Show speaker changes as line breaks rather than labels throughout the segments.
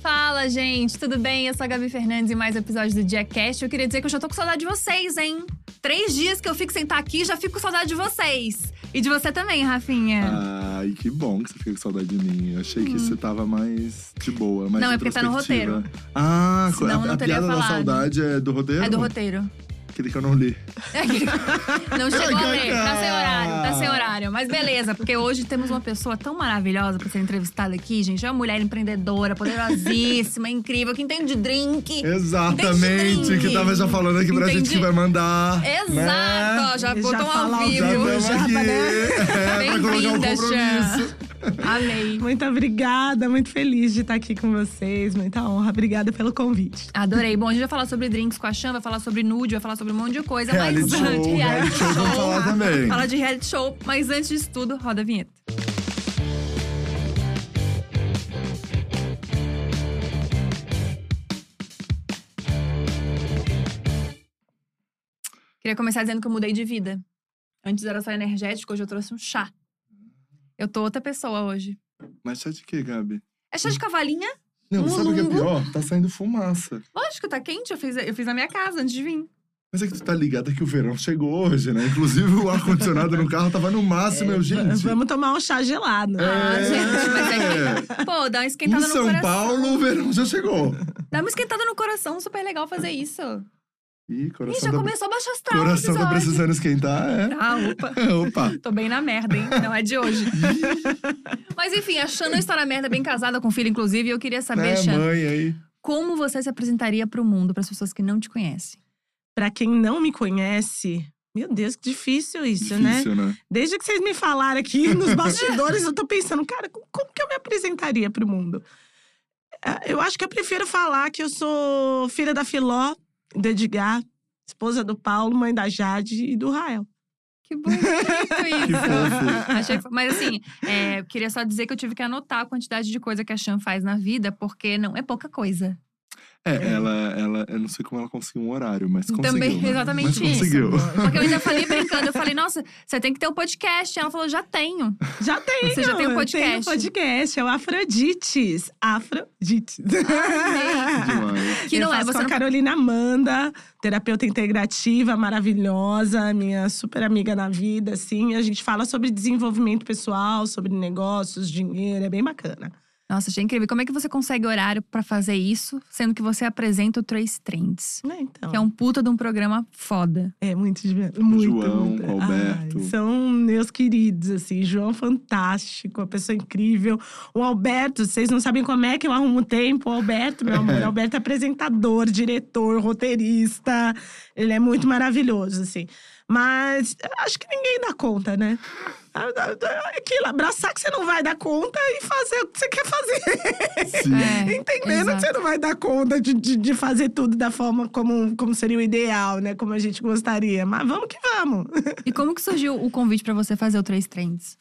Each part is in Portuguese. Fala, gente, tudo bem? Eu sou a Gabi Fernandes e mais um episódio do Diacast. Eu queria dizer que eu já tô com saudade de vocês, hein? Três dias que eu fico sem estar aqui, já fico com saudade de vocês. E de você também,
Ah,
Rafinha.
Ai, que bom que você fica com saudade de mim. Eu achei que você tava mais de boa, mais
Hum. Não, é porque tá no
introspectiva.
roteiro.
Ah,
Senão eu
a,
não
a
teria
piada da
falado.
saudade é do roteiro?
é do roteiro.
Aquele que eu não li.
Não chegou a ler. Tá sem horário, tá sem horário. Mas beleza, porque hoje temos uma pessoa tão maravilhosa pra ser entrevistada aqui, gente. É uma mulher empreendedora, poderosíssima, incrível, que entende de drink.
Exatamente,
Entendi.
que tava já falando aqui pra gente
Entendi.
que vai mandar.
Exato,
Né?
ó, já
Já
botou um
fala
ao
Já
ao
vivo.
vivo,
estamos
já,
aqui.
né?
É, pra colocar um
Bem-vinda,
compromisso.
Chan. Amei.
Muito obrigada, muito feliz de estar aqui com vocês, muita honra. Obrigada pelo convite.
Adorei. Bom, a gente vai falar sobre drinks com a Chan, vai falar sobre nude, vai falar sobre um monte de coisa.
Reality
mas
show,
antes,
reality show, vamos falar também.
Fala de reality show, mas antes disso tudo, roda a vinheta. Queria começar dizendo que eu mudei de vida. Antes era só energético, hoje eu trouxe um chá. Eu tô outra pessoa hoje.
Mas chá de quê, Gabi?
É chá de cavalinha?
Não, sabe o que é
Mulungo.
pior? Tá saindo fumaça.
Lógico, tá quente. Eu fiz, eu fiz na minha casa antes de vir.
Mas é que tu tá ligada que o verão chegou hoje, né? Inclusive o ar-condicionado no carro tava no máximo, eu, gente.
Vamos tomar um chá gelado.
Ah,
É.
É, gente, mas é que. Pô, dá uma
Em
esquentada no
São
coração.
Paulo, o verão já chegou.
Dá uma esquentada no coração, super legal fazer isso.
Ih,
Ih,
coração,
já
tá...
começou a baixar astral. o
coração tá
episódio.
precisando esquentar, é.
Ah, opa.
Opa.
Tô bem na merda, hein? Não é de hoje. Mas enfim, a Shan não está na merda, é bem casada com filho, inclusive. E eu queria saber,
É,
Shan,
mãe aí.
como você se apresentaria pro mundo, pras pessoas que não te conhecem?
Pra quem não me conhece, meu Deus, que difícil isso, né?
Difícil, né?
Desde que vocês me falaram aqui nos bastidores, eu tô pensando, cara, como, como que eu me apresentaria pro mundo? Ah, Eu acho que eu prefiro falar que eu sou filha da Filó, do Edgar, esposa do Paulo, mãe da Jade e do Rael.
Que bonito isso.
Que fofo.
Achei fo- Mas assim, é, eu queria só dizer que eu tive que anotar a quantidade de coisa que a Shan faz na vida, porque não é pouca coisa.
É, ela, ela, eu não sei como ela conseguiu um horário, mas conseguiu.
Também,
né?
exatamente
mas
isso.
conseguiu.
Porque eu ainda falei brincando, eu falei, nossa, você tem que ter um podcast. Ela falou, já tenho.
Já tenho.
Você já tem um
eu
podcast?
Tenho um podcast, é o Afrodites. Afrodites.
Demais.
Que
Eu
não é,
faço
você
com a
não-
Carolina Amanda, terapeuta integrativa, maravilhosa, minha super amiga na vida, assim. A gente fala sobre desenvolvimento pessoal, sobre negócios, dinheiro, é bem bacana.
Nossa, achei incrível. Como é que você consegue horário pra fazer isso, sendo que você apresenta o Trace Trends?
Né, então.
Que é um puta de um programa foda.
É muito divertido. Muito,
João,
muito.
com o Alberto.
Ai, são meus queridos, assim. João fantástico, uma pessoa incrível. O Alberto, vocês não sabem como é que eu arrumo tempo. O Alberto, meu amor. O Alberto é apresentador, diretor, roteirista. Ele é muito maravilhoso, assim. Mas acho que ninguém dá conta, né? é, Aquilo, abraçar que você não vai dar conta e fazer o que você quer fazer.
Sim.
É,
Entendendo que você não vai dar conta de, de, de fazer tudo da forma como, como seria o ideal, né? Como a gente gostaria. Mas vamos que vamos.
E como que surgiu o convite pra você fazer o Trace Trends?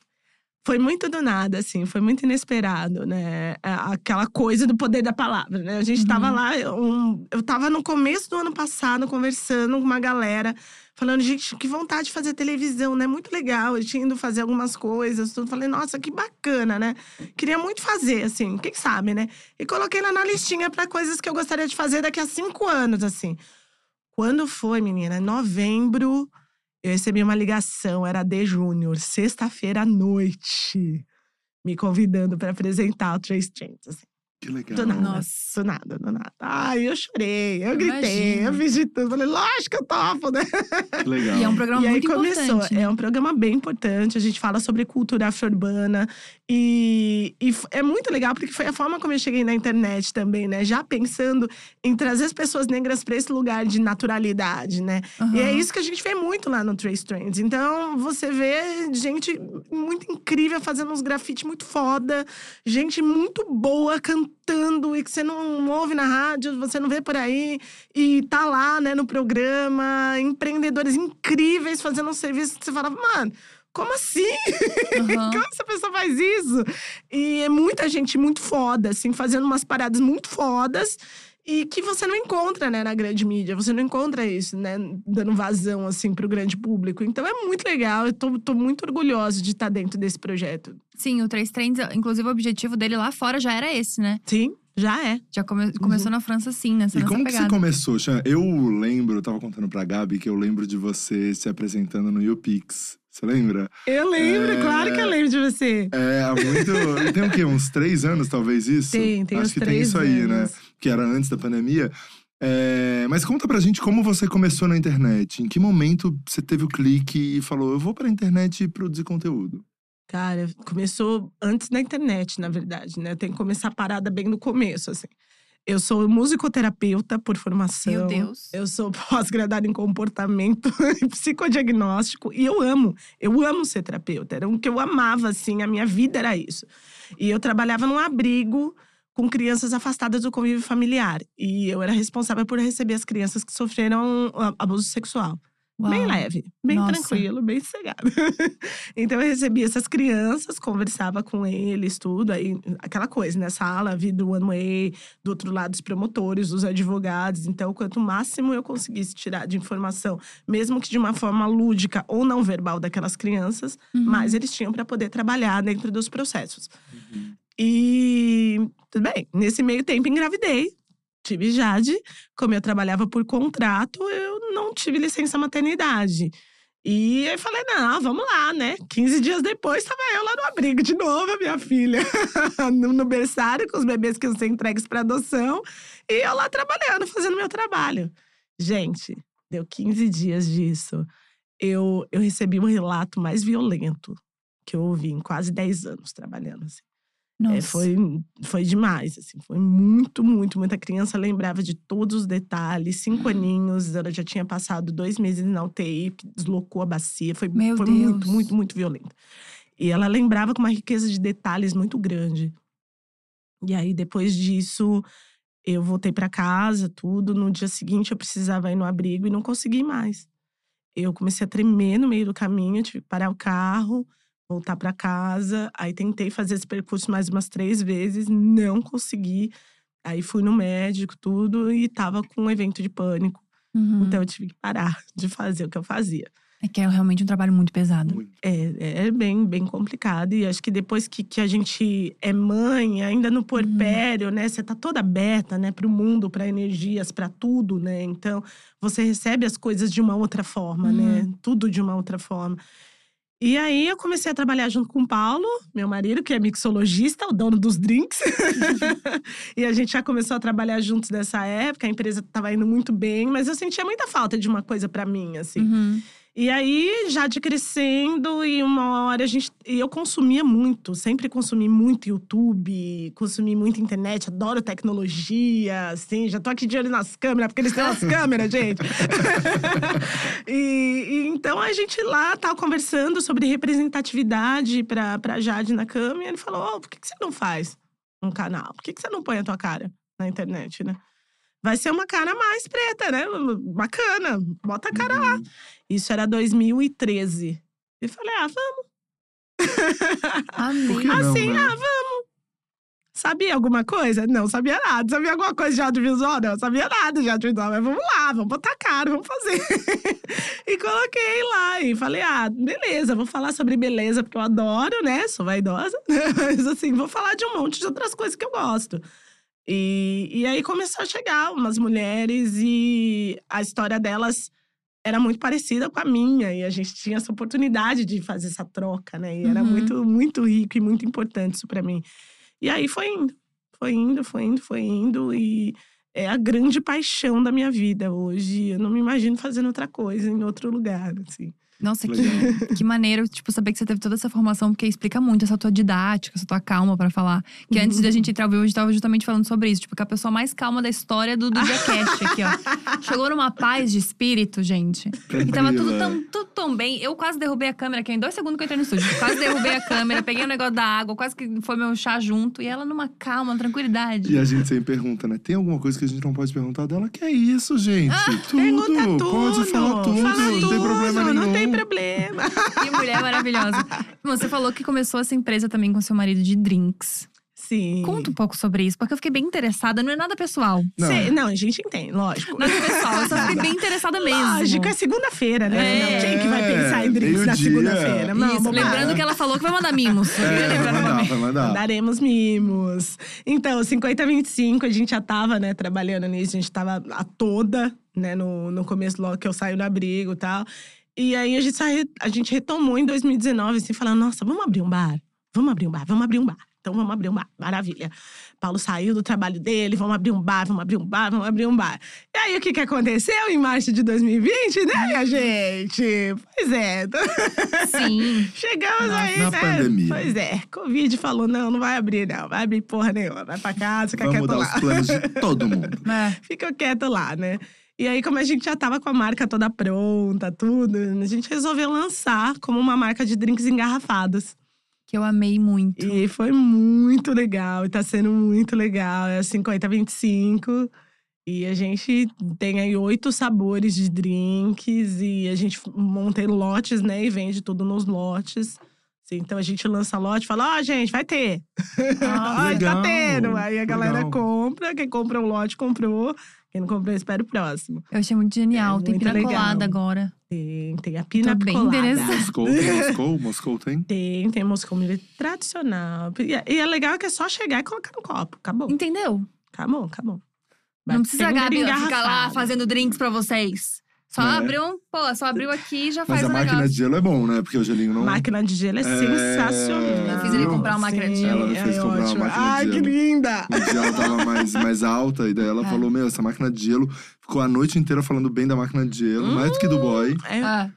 Foi muito do nada, assim, foi muito inesperado, né? A- Aquela coisa do poder da palavra, né? A gente tava lá, um- eu tava no começo do ano passado conversando com uma galera, falando, gente, que vontade de fazer televisão, né? Muito legal. Eu tinha ido fazer algumas coisas, tudo. Falei, nossa, que bacana, né? Queria muito fazer, assim, quem sabe, né? E coloquei lá na listinha pra coisas que eu gostaria de fazer daqui a cinco anos, assim. Quando foi, menina? Novembro. Eu recebi uma ligação, era D Júnior, sexta-feira à noite, me convidando para apresentar o Trace Chains. Assim,
Que legal.
do nada,
Nossa.
do nada, do nada. Ai, eu chorei, eu
Eu
gritei,
imagino.
eu fiz de tudo. Falei, lógico que eu topo, né?
Que legal.
E é um programa
e aí
muito
começou.
importante. né?
É um programa bem importante. A gente fala sobre cultura afro-urbana. E, e f- é muito legal, porque foi a forma como eu cheguei na internet também, né? Já pensando em trazer as pessoas negras para esse lugar de naturalidade, né? E é
Aham.
isso que a gente vê muito lá no Trace Trends. Então, você vê gente muito incrível fazendo uns grafites muito foda, gente muito boa cantando e que você não ouve na rádio, você não vê por aí. E tá lá, né, no programa, empreendedores incríveis fazendo um serviço que você fala, mano. Como assim?
Aham.
Como essa pessoa faz isso? E é muita gente muito foda, assim, fazendo umas paradas muito fodas e que você não encontra, né, na grande mídia. Você não encontra isso, né, dando vazão, assim, pro grande público. Então é muito legal, eu tô, tô muito orgulhosa de estar dentro desse projeto.
Sim, o Trace Trends, inclusive o objetivo dele lá fora já era esse, né?
Sim, Já é.
Já come- começou na França, sim, nessa
E
nessa
como que você
pegada.
começou, Xan? Eu lembro, eu tava contando pra Gabi que eu lembro de você se apresentando no YouPix. Você lembra?
Eu lembro,
É.
claro que eu lembro de você.
É, há muito. tem o quê? Uns três anos, talvez isso?
Tem, tem
Acho
uns
que tem
três
isso aí, né?
anos.
que era antes da pandemia. É, mas conta pra gente como você começou na internet. Em que momento você teve o clique e falou, eu vou pra internet produzir conteúdo?
Cara, começou antes da internet, na verdade, né? Tem que começar a parada bem no começo, assim. Eu sou musicoterapeuta por formação.
Meu Deus.
Eu sou pós-graduada em comportamento e psicodiagnóstico e eu amo, eu amo ser terapeuta. Era o que eu amava, assim, a minha vida era isso. E eu trabalhava num abrigo com crianças afastadas do convívio familiar. E eu era responsável por receber as crianças que sofreram ah, abuso sexual.
Uau.
Bem leve, bem
Nossa.
tranquilo, bem sossegado. então eu recebia essas crianças, conversava com eles, tudo. Aí, aquela coisa, né? Sala, vi do one way, do outro lado os promotores, os advogados. Então, quanto máximo eu conseguisse tirar de informação, mesmo que de uma forma lúdica ou não verbal daquelas crianças,
Uhum.
mas eles tinham para poder trabalhar dentro dos processos.
Uhum.
E tudo bem, nesse meio tempo engravidei. Tive Jade, como eu trabalhava por contrato, eu não tive licença maternidade. E aí falei, não, vamos lá, né? 15 dias depois, estava eu lá no abrigo de novo, a minha filha. no, no berçário, com os bebês que iam ser entregues para adoção. E eu lá trabalhando, fazendo meu trabalho. Gente, deu 15 dias disso. Eu, eu recebi o relato mais violento que eu ouvi em quase 10 anos trabalhando, assim.
Nossa.
É, foi, foi demais, assim. Foi muito, muito, muita criança. Lembrava de todos os detalhes.
Uhum.
Cinco aninhos, ela já tinha passado dois meses na UTI. que Deslocou a bacia. Foi,
Meu
foi
Deus.
muito, muito, muito violento. E ela lembrava com uma riqueza de detalhes muito grande. E aí, depois disso, eu voltei para casa, tudo. No dia seguinte, eu precisava ir no abrigo e não consegui mais. Eu comecei a tremer no meio do caminho, eu tive que parar o carro, voltar para casa. Aí tentei fazer esse percurso mais umas três vezes, não consegui. Aí fui no médico, tudo, e tava com um evento de pânico.
Uhum.
Então eu tive que parar de fazer o que eu fazia.
É que é realmente um trabalho muito pesado.
Muito.
É, é bem, bem complicado. E acho que depois que, que a gente é mãe, ainda no porpério, né? Você tá toda aberta, né? Pro mundo, para energias, para tudo, né? Então, você recebe as coisas de uma outra forma, né? Tudo de uma outra forma. E aí, eu comecei a trabalhar junto com o Paulo, meu marido, que é mixologista, o dono dos drinks. e a gente já começou a trabalhar juntos nessa época. A empresa tava indo muito bem, mas eu sentia muita falta de uma coisa para mim, assim.
Uhum.
E aí, já de crescendo, e uma hora a gente. E eu consumia muito, sempre consumi muito YouTube, consumi muito internet, adoro tecnologia, assim, já tô aqui de olho nas câmeras, porque eles têm umas câmeras, gente. e, e então a gente lá tava conversando sobre representatividade pra, pra Jade na câmera, e ele falou: Ô, por que, que você não faz um canal? Por que, que você não põe a tua cara na internet, né? Vai ser uma cara mais preta, né? Bacana. Bota a cara
lá.
isso era 2013. E falei, ah, vamos.
Amei.
Por que não,
assim,
né?
ah, vamos. Sabia alguma coisa? Não, sabia nada. Sabia alguma coisa de audiovisual? Não, sabia nada de audiovisual. Mas vamos lá, vamos botar a cara, vamos fazer. e coloquei lá e falei, ah, beleza, vou falar sobre beleza, porque eu adoro, né? Sou vaidosa. Mas assim, vou falar de um monte de outras coisas que eu gosto. E, e aí começou a chegar umas mulheres e a história delas era muito parecida com a minha e a gente tinha essa oportunidade de fazer essa troca, né? E era
Uhum.
muito muito rico e muito importante isso para mim. E aí foi indo, foi indo, foi indo, foi indo e é a grande paixão da minha vida hoje. Eu não me imagino fazendo outra coisa em outro lugar, assim.
Nossa, que,
Legal.
que maneiro, tipo, saber que você teve toda essa formação, porque explica muito essa tua didática, essa tua calma pra falar. Que antes da gente entrar ao vivo, a gente tava justamente falando sobre isso. Tipo, que é a pessoa mais calma da história do, do Diacast aqui, ó. Chegou numa paz de espírito, gente. E tava tudo
Tranquila.
tão, tudo tão bem. Eu quase derrubei a câmera, que é em dois segundos que eu entrei no estúdio. Quase derrubei a câmera, peguei o negócio da água, quase que foi meu chá junto. E ela numa calma, tranquilidade.
E a gente sempre pergunta, né? Tem alguma coisa que a gente não pode perguntar dela? Que é isso, gente? tudo,
Ah, Pergunta tudo,
Pode falar tudo,
fala
não tem
tudo,
problema nenhum.
Não tem problema.
Que mulher maravilhosa. Bom, você falou que começou essa empresa também com seu marido de drinks.
assim.
Conta um pouco sobre isso, porque eu fiquei bem interessada. Não é nada pessoal.
Não. é.
Cê- não, a gente entende, lógico.
Nada pessoal, eu só fiquei bem interessada mesmo.
Lógico, é segunda-feira, né?
É.
Quem que vai pensar em drinks na
Meio-dia.
segunda-feira? Não,
Isso,
bobagem.
lembrando que ela falou que vai mandar mimos. Eu queria
É, vai
lembrar
mandar,
novamente.
vai mandar.
Daremos mimos. Então, 50 25, a gente já tava, né, trabalhando nisso. A gente tava a toda, né, no, no começo logo que eu saio do abrigo e tal. E aí, a gente, só re- a gente retomou em 2019, assim, falando… Nossa, vamos abrir um bar? Vamos abrir um bar, vamos abrir um bar. Então, vamos abrir um bar. Maravilha. Paulo saiu do trabalho dele, vamos abrir um bar, vamos abrir um bar, vamos abrir um bar. E aí, o que que aconteceu em março de 2020, né, minha gente? Pois é…
Sim.
Chegamos
Na-
aí,
na
né?
pandemia.
Pois é, Covid falou: não, não vai abrir, não. Vai abrir porra nenhuma. Vai pra casa, fica
Vai
quieto
mudar
lá.
os planos de todo mundo.
É.
Fica quieto lá, né? E aí, como a gente já tava com a marca toda pronta, tudo, a gente resolveu lançar como uma marca de drinks engarrafados.
Que eu amei muito.
E foi muito legal, e tá sendo muito legal. É 50-25. E a gente tem aí oito sabores de drinks e a gente monta em lotes, né? E vende tudo nos lotes. Assim, então a gente lança lote e fala: Ó, gente, vai ter. Ó,
legal,
tá tendo. Aí a galera
legal.
compra, quem compra o lote comprou. Quem não comprou, espera o próximo.
Eu achei muito genial.
É
Tem
muito
pina
legal.
colada agora.
Tem, tem a pina
bem
colada.
interessada.
Moscou tem, Moscou, Moscou tem.
Tem, tem Moscou Mule tradicional. E é, e é legal que é só chegar e colocar no copo. Acabou,
Entendeu?
acabou, acabou. um
Não precisa a
Bartender
Gabi ó, ficar lá
engarrafado.
fazendo drinks pra vocês. Só
É.
abriu, pô, só abriu aqui e já
Mas
faz
a
o
máquina
negócio.
de gelo é bom, né? Porque o gelinho não.
um Máquina de gelo é,
É,
sensacional.
Eu fiz ele comprar uma máquina de
Sim,
gelo.
Ela me fez
é
comprar uma
ótimo.
máquina de
Ai,
gelo.
que linda!
Um dia ela tava mais, mais alta, e daí ela
É.
falou: Meu, essa máquina de gelo ficou a noite inteira falando bem da máquina de gelo, mais do que do boy.
É,
Ah,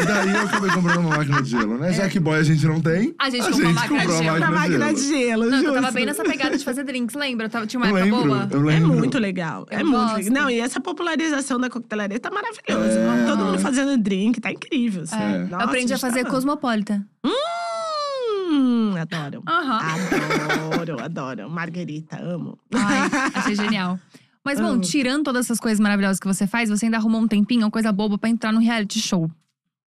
E daí eu acabei comprando uma máquina de gelo, né? Já que boy a gente não tem,
A gente
a
comprou
gente
uma máquina de
comprou uma
gelo.
na máquina de gelo,
não,
justo.
eu tava bem nessa pegada de fazer drinks, lembra? Eu tava- tinha uma
Eu
época
lembro,
boa.
eu
É
lembro.
muito legal, é
Eu
muito
gosto.
legal. Não, e essa popularização da coquetelaria tá maravilhosa.
É.
Todo mundo fazendo drink, tá incrível. assim.
É.
Nossa,
eu aprendi a
gente
fazer
tá-
cosmopolita. Ah,
Hum, adoro.
Aham.
Adoro, adoro. Marguerita, amo.
Ai, achei genial. Mas, bom,
Amo.
tirando todas essas coisas maravilhosas que você faz, você ainda arrumou um tempinho, uma coisa boba, pra entrar no reality show.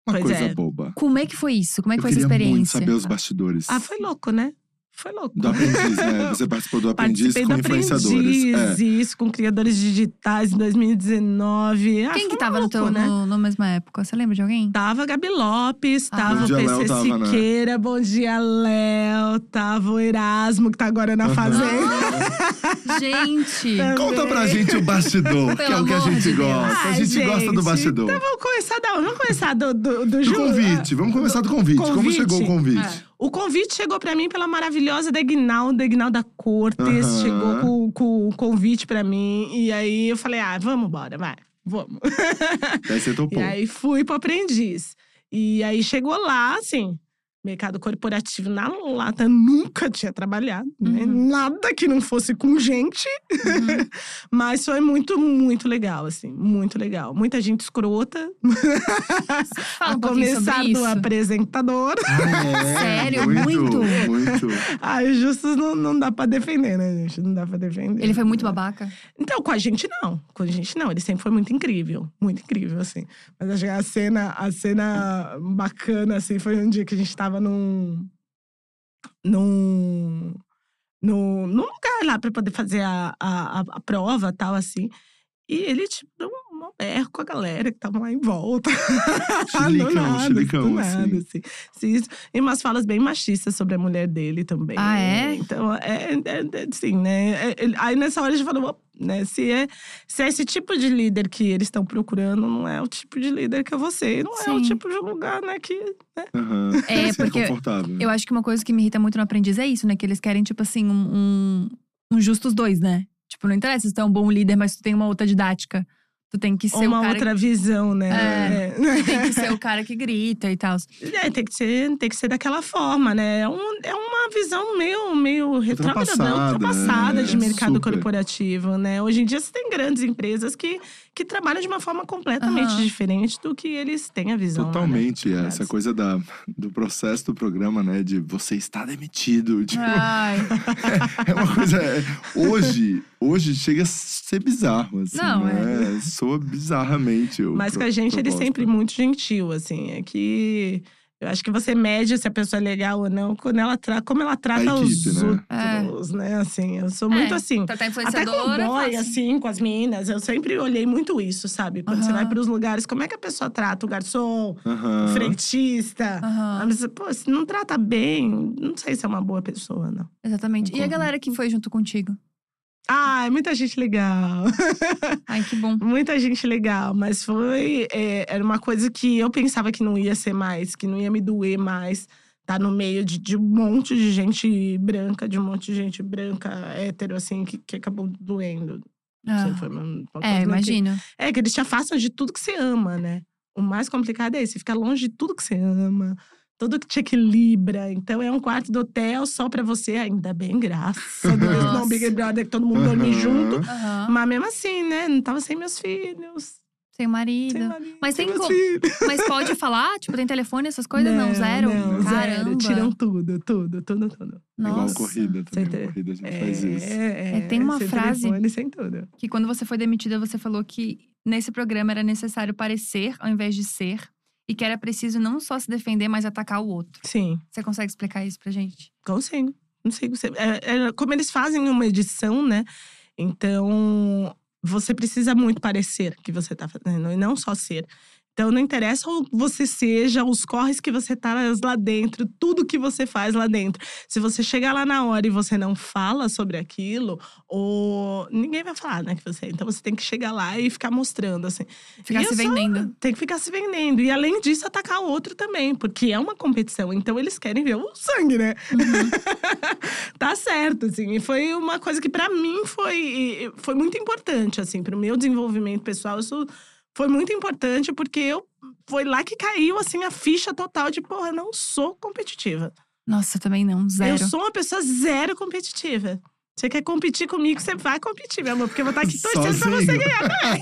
Uma
Pois
coisa
é.
boba.
Como é que foi isso? Como é que
eu
foi essa
queria muito
experiência?
saber os bastidores.
Ah, foi louco, né? Foi louco.
Do aprendiz, né? Você participou do aprendiz
Participei
com
do
influenciadores. é.
Aprendiz, isso, com criadores digitais em 2019. Ah,
Quem
foi
que tava no
maluco,
teu,
né? Tá.
no, na mesma época? Você lembra de alguém?
Tava a Gabi Lopes,
Ah.
tava
Bom
o
dia,
PC
Léo, tava, né?
Siqueira, Bom Dia Léo, tava o Erasmo, que tá agora na
Aham.
Ah.
Fazenda.
Gente!
É. Conta pra gente o bastidor, que é o que a
amor de
gente
Deus.
gosta. a
Ai,
gente, gosta do
gente,
bastidor.
Então vamos começar da Vamos começar do, do, do
Do
Ju. Ah.
convite, vamos começar do convite. Como
Convite?
chegou o
É.
convite?
O convite chegou pra mim pela maravilhosa Degnalda, Degnalda Cortes.
Aham.
Chegou com, com o convite pra mim. E aí eu falei, ah, vamos embora, vai. Vamos.
Daí você
Um
topou.
E aí fui pro aprendiz. E aí chegou lá, assim, mercado corporativo na lata, nunca tinha trabalhado, né?
Uhum.
Nada que não fosse com gente.
Uhum.
Mas foi muito, muito legal, assim, muito legal. Muita gente escrota,
Fala
a
um pouquinho
começar
sobre
do
isso.
apresentador.
Ah, é?
Sério?
Muito.
Muito?
muito.
Ai, o Justus não, não dá pra defender, né, gente? Não dá pra defender.
Ele foi muito babaca.
Então, com a gente não. Com a gente não. Ele sempre foi muito incrível. Muito incrível, assim. Mas acho que a cena, a cena bacana, assim, foi um dia que a gente tava num. num. num, num lugar lá pra poder fazer a, a, a, a prova tal, assim. E ele, tipo, deu um berro com a galera que tava lá em volta.
Chilicão,
Do nada,
chilicão,
do nada,
assim.
assim. Sim, isso. E umas falas bem machistas sobre a mulher dele também.
Ah, é?
Então, é, é, é, sim, né? É, ele- aí nessa hora a gente falou, "Opa", né? Se é, se é esse tipo de líder que eles estão procurando, não é o tipo de líder que eu vou ser. E Não é o
Sim.
tipo de lugar, né? Que.
Aham.
É,
Isso
porque
confortável.
eu acho que uma coisa que me irrita muito no aprendiz é isso, né? Que eles querem, tipo assim, um, um, um justos dois, né? Tipo, não interessa se tu é um bom líder, mas tu tem uma outra didática. Tu tem que ser o
uma
cara
outra visão, né? É.
que tem que ser o cara que grita e tal.
É, tem, que ser, tem que ser daquela forma, né? É, um- é uma visão meio, meio retrógrada,
Ultrapassada,
ultrapassada,
é,
de mercado
super.
corporativo, né? Hoje em dia você tem grandes empresas que, que trabalham de uma forma completamente
Aham.
diferente do que eles têm a visão. lá, né?
Totalmente. é,
Verdade.
Essa coisa da, do processo do programa, né? De você está demitido. Tipo,
Ai.
é uma coisa. é, hoje, hoje chega a ser bizarro, assim.
Não,
né? Soa bizarramente. o
é. Mas com
pro-
a gente é ele
proposta.
sempre muito gentil, assim. É que Eu acho que você mede se a pessoa é legal ou não, quando ela tra como ela trata
A equipe,
os
né?
outros, né? Assim, eu sou muito
É,
assim.
Tratar
Até com o
influenciadora.
boy,
fácil.
assim, com as meninas. Eu sempre olhei muito isso, sabe? Quando você
Aham.
vai pros lugares, como é que a pessoa trata o garçom, o
Aham.
frentista?
Aham.
Aí você, Pô, se não trata bem, não sei se é uma boa pessoa, não.
Exatamente. E a
Concordo.
galera que foi junto contigo?
Ah, é muita gente legal.
Ai, que bom.
Muita gente legal, mas foi. é, era uma coisa que eu pensava que não ia ser mais, que não ia me doer mais. Tá no meio de, de um monte de gente branca, de um monte de gente branca, hétero, assim, que, que acabou doendo.
Ah.
Assim, foi uma, uma coisa
É,
que-
imagino.
É, que eles te afastam de tudo que você ama, né? O mais complicado é isso, você fica longe de tudo que você ama, tudo que te equilibra. Então é um quarto do hotel só pra você, ainda bem, graças a Deus.
Nossa.
Não, Big Brother, que todo mundo dorme
Aham.
junto.
Aham.
Mas mesmo assim, né? Não tava sem meus filhos.
Sem marido.
Sem marido,
Mas
sem
tem
meus
como-
filhos.
Mas pode falar? Tipo, tem telefone, essas coisas? Não, zero?
Não,
Caramba.
zero. um Tiram tudo, tudo, tudo, tudo.
Igual
Nossa.
corrida também.
Você tem-
Corrida a gente faz isso.
é,
É, tem uma
sem
frase-
Telefone, sem tudo.
Que quando você foi demitida, você falou que nesse programa era necessário parecer ao invés de ser. E que era preciso não só se defender, mas atacar o outro.
Sim,
Você consegue explicar isso pra gente?
consigo. Consigo. Você- É, é, como eles fazem uma edição, né? Então, você precisa muito parecer que você tá fazendo, e não só ser. Então, não interessa o que você seja, os corres que você traz lá dentro, tudo que você faz lá dentro. Se você chegar lá na hora e você não fala sobre aquilo, ou ninguém vai falar, né, que você. é. Então você tem que chegar lá e ficar mostrando assim.
Ficar
E eu
se
sou-
vendendo.
Tem que ficar se vendendo e além disso atacar o outro também, porque é uma competição, então eles querem ver o sangue, né? tá certo, assim. E foi uma coisa que pra mim foi foi muito importante, assim, pro meu desenvolvimento pessoal, isso foi muito importante porque eu foi lá que caiu assim a ficha total de, porra, eu não sou competitiva.
Nossa, eu também não. Zero.
Eu sou uma pessoa zero competitiva. Você quer competir comigo, você vai competir, meu amor, porque eu vou estar aqui torcendo pra você
Sozinho.
ganhar.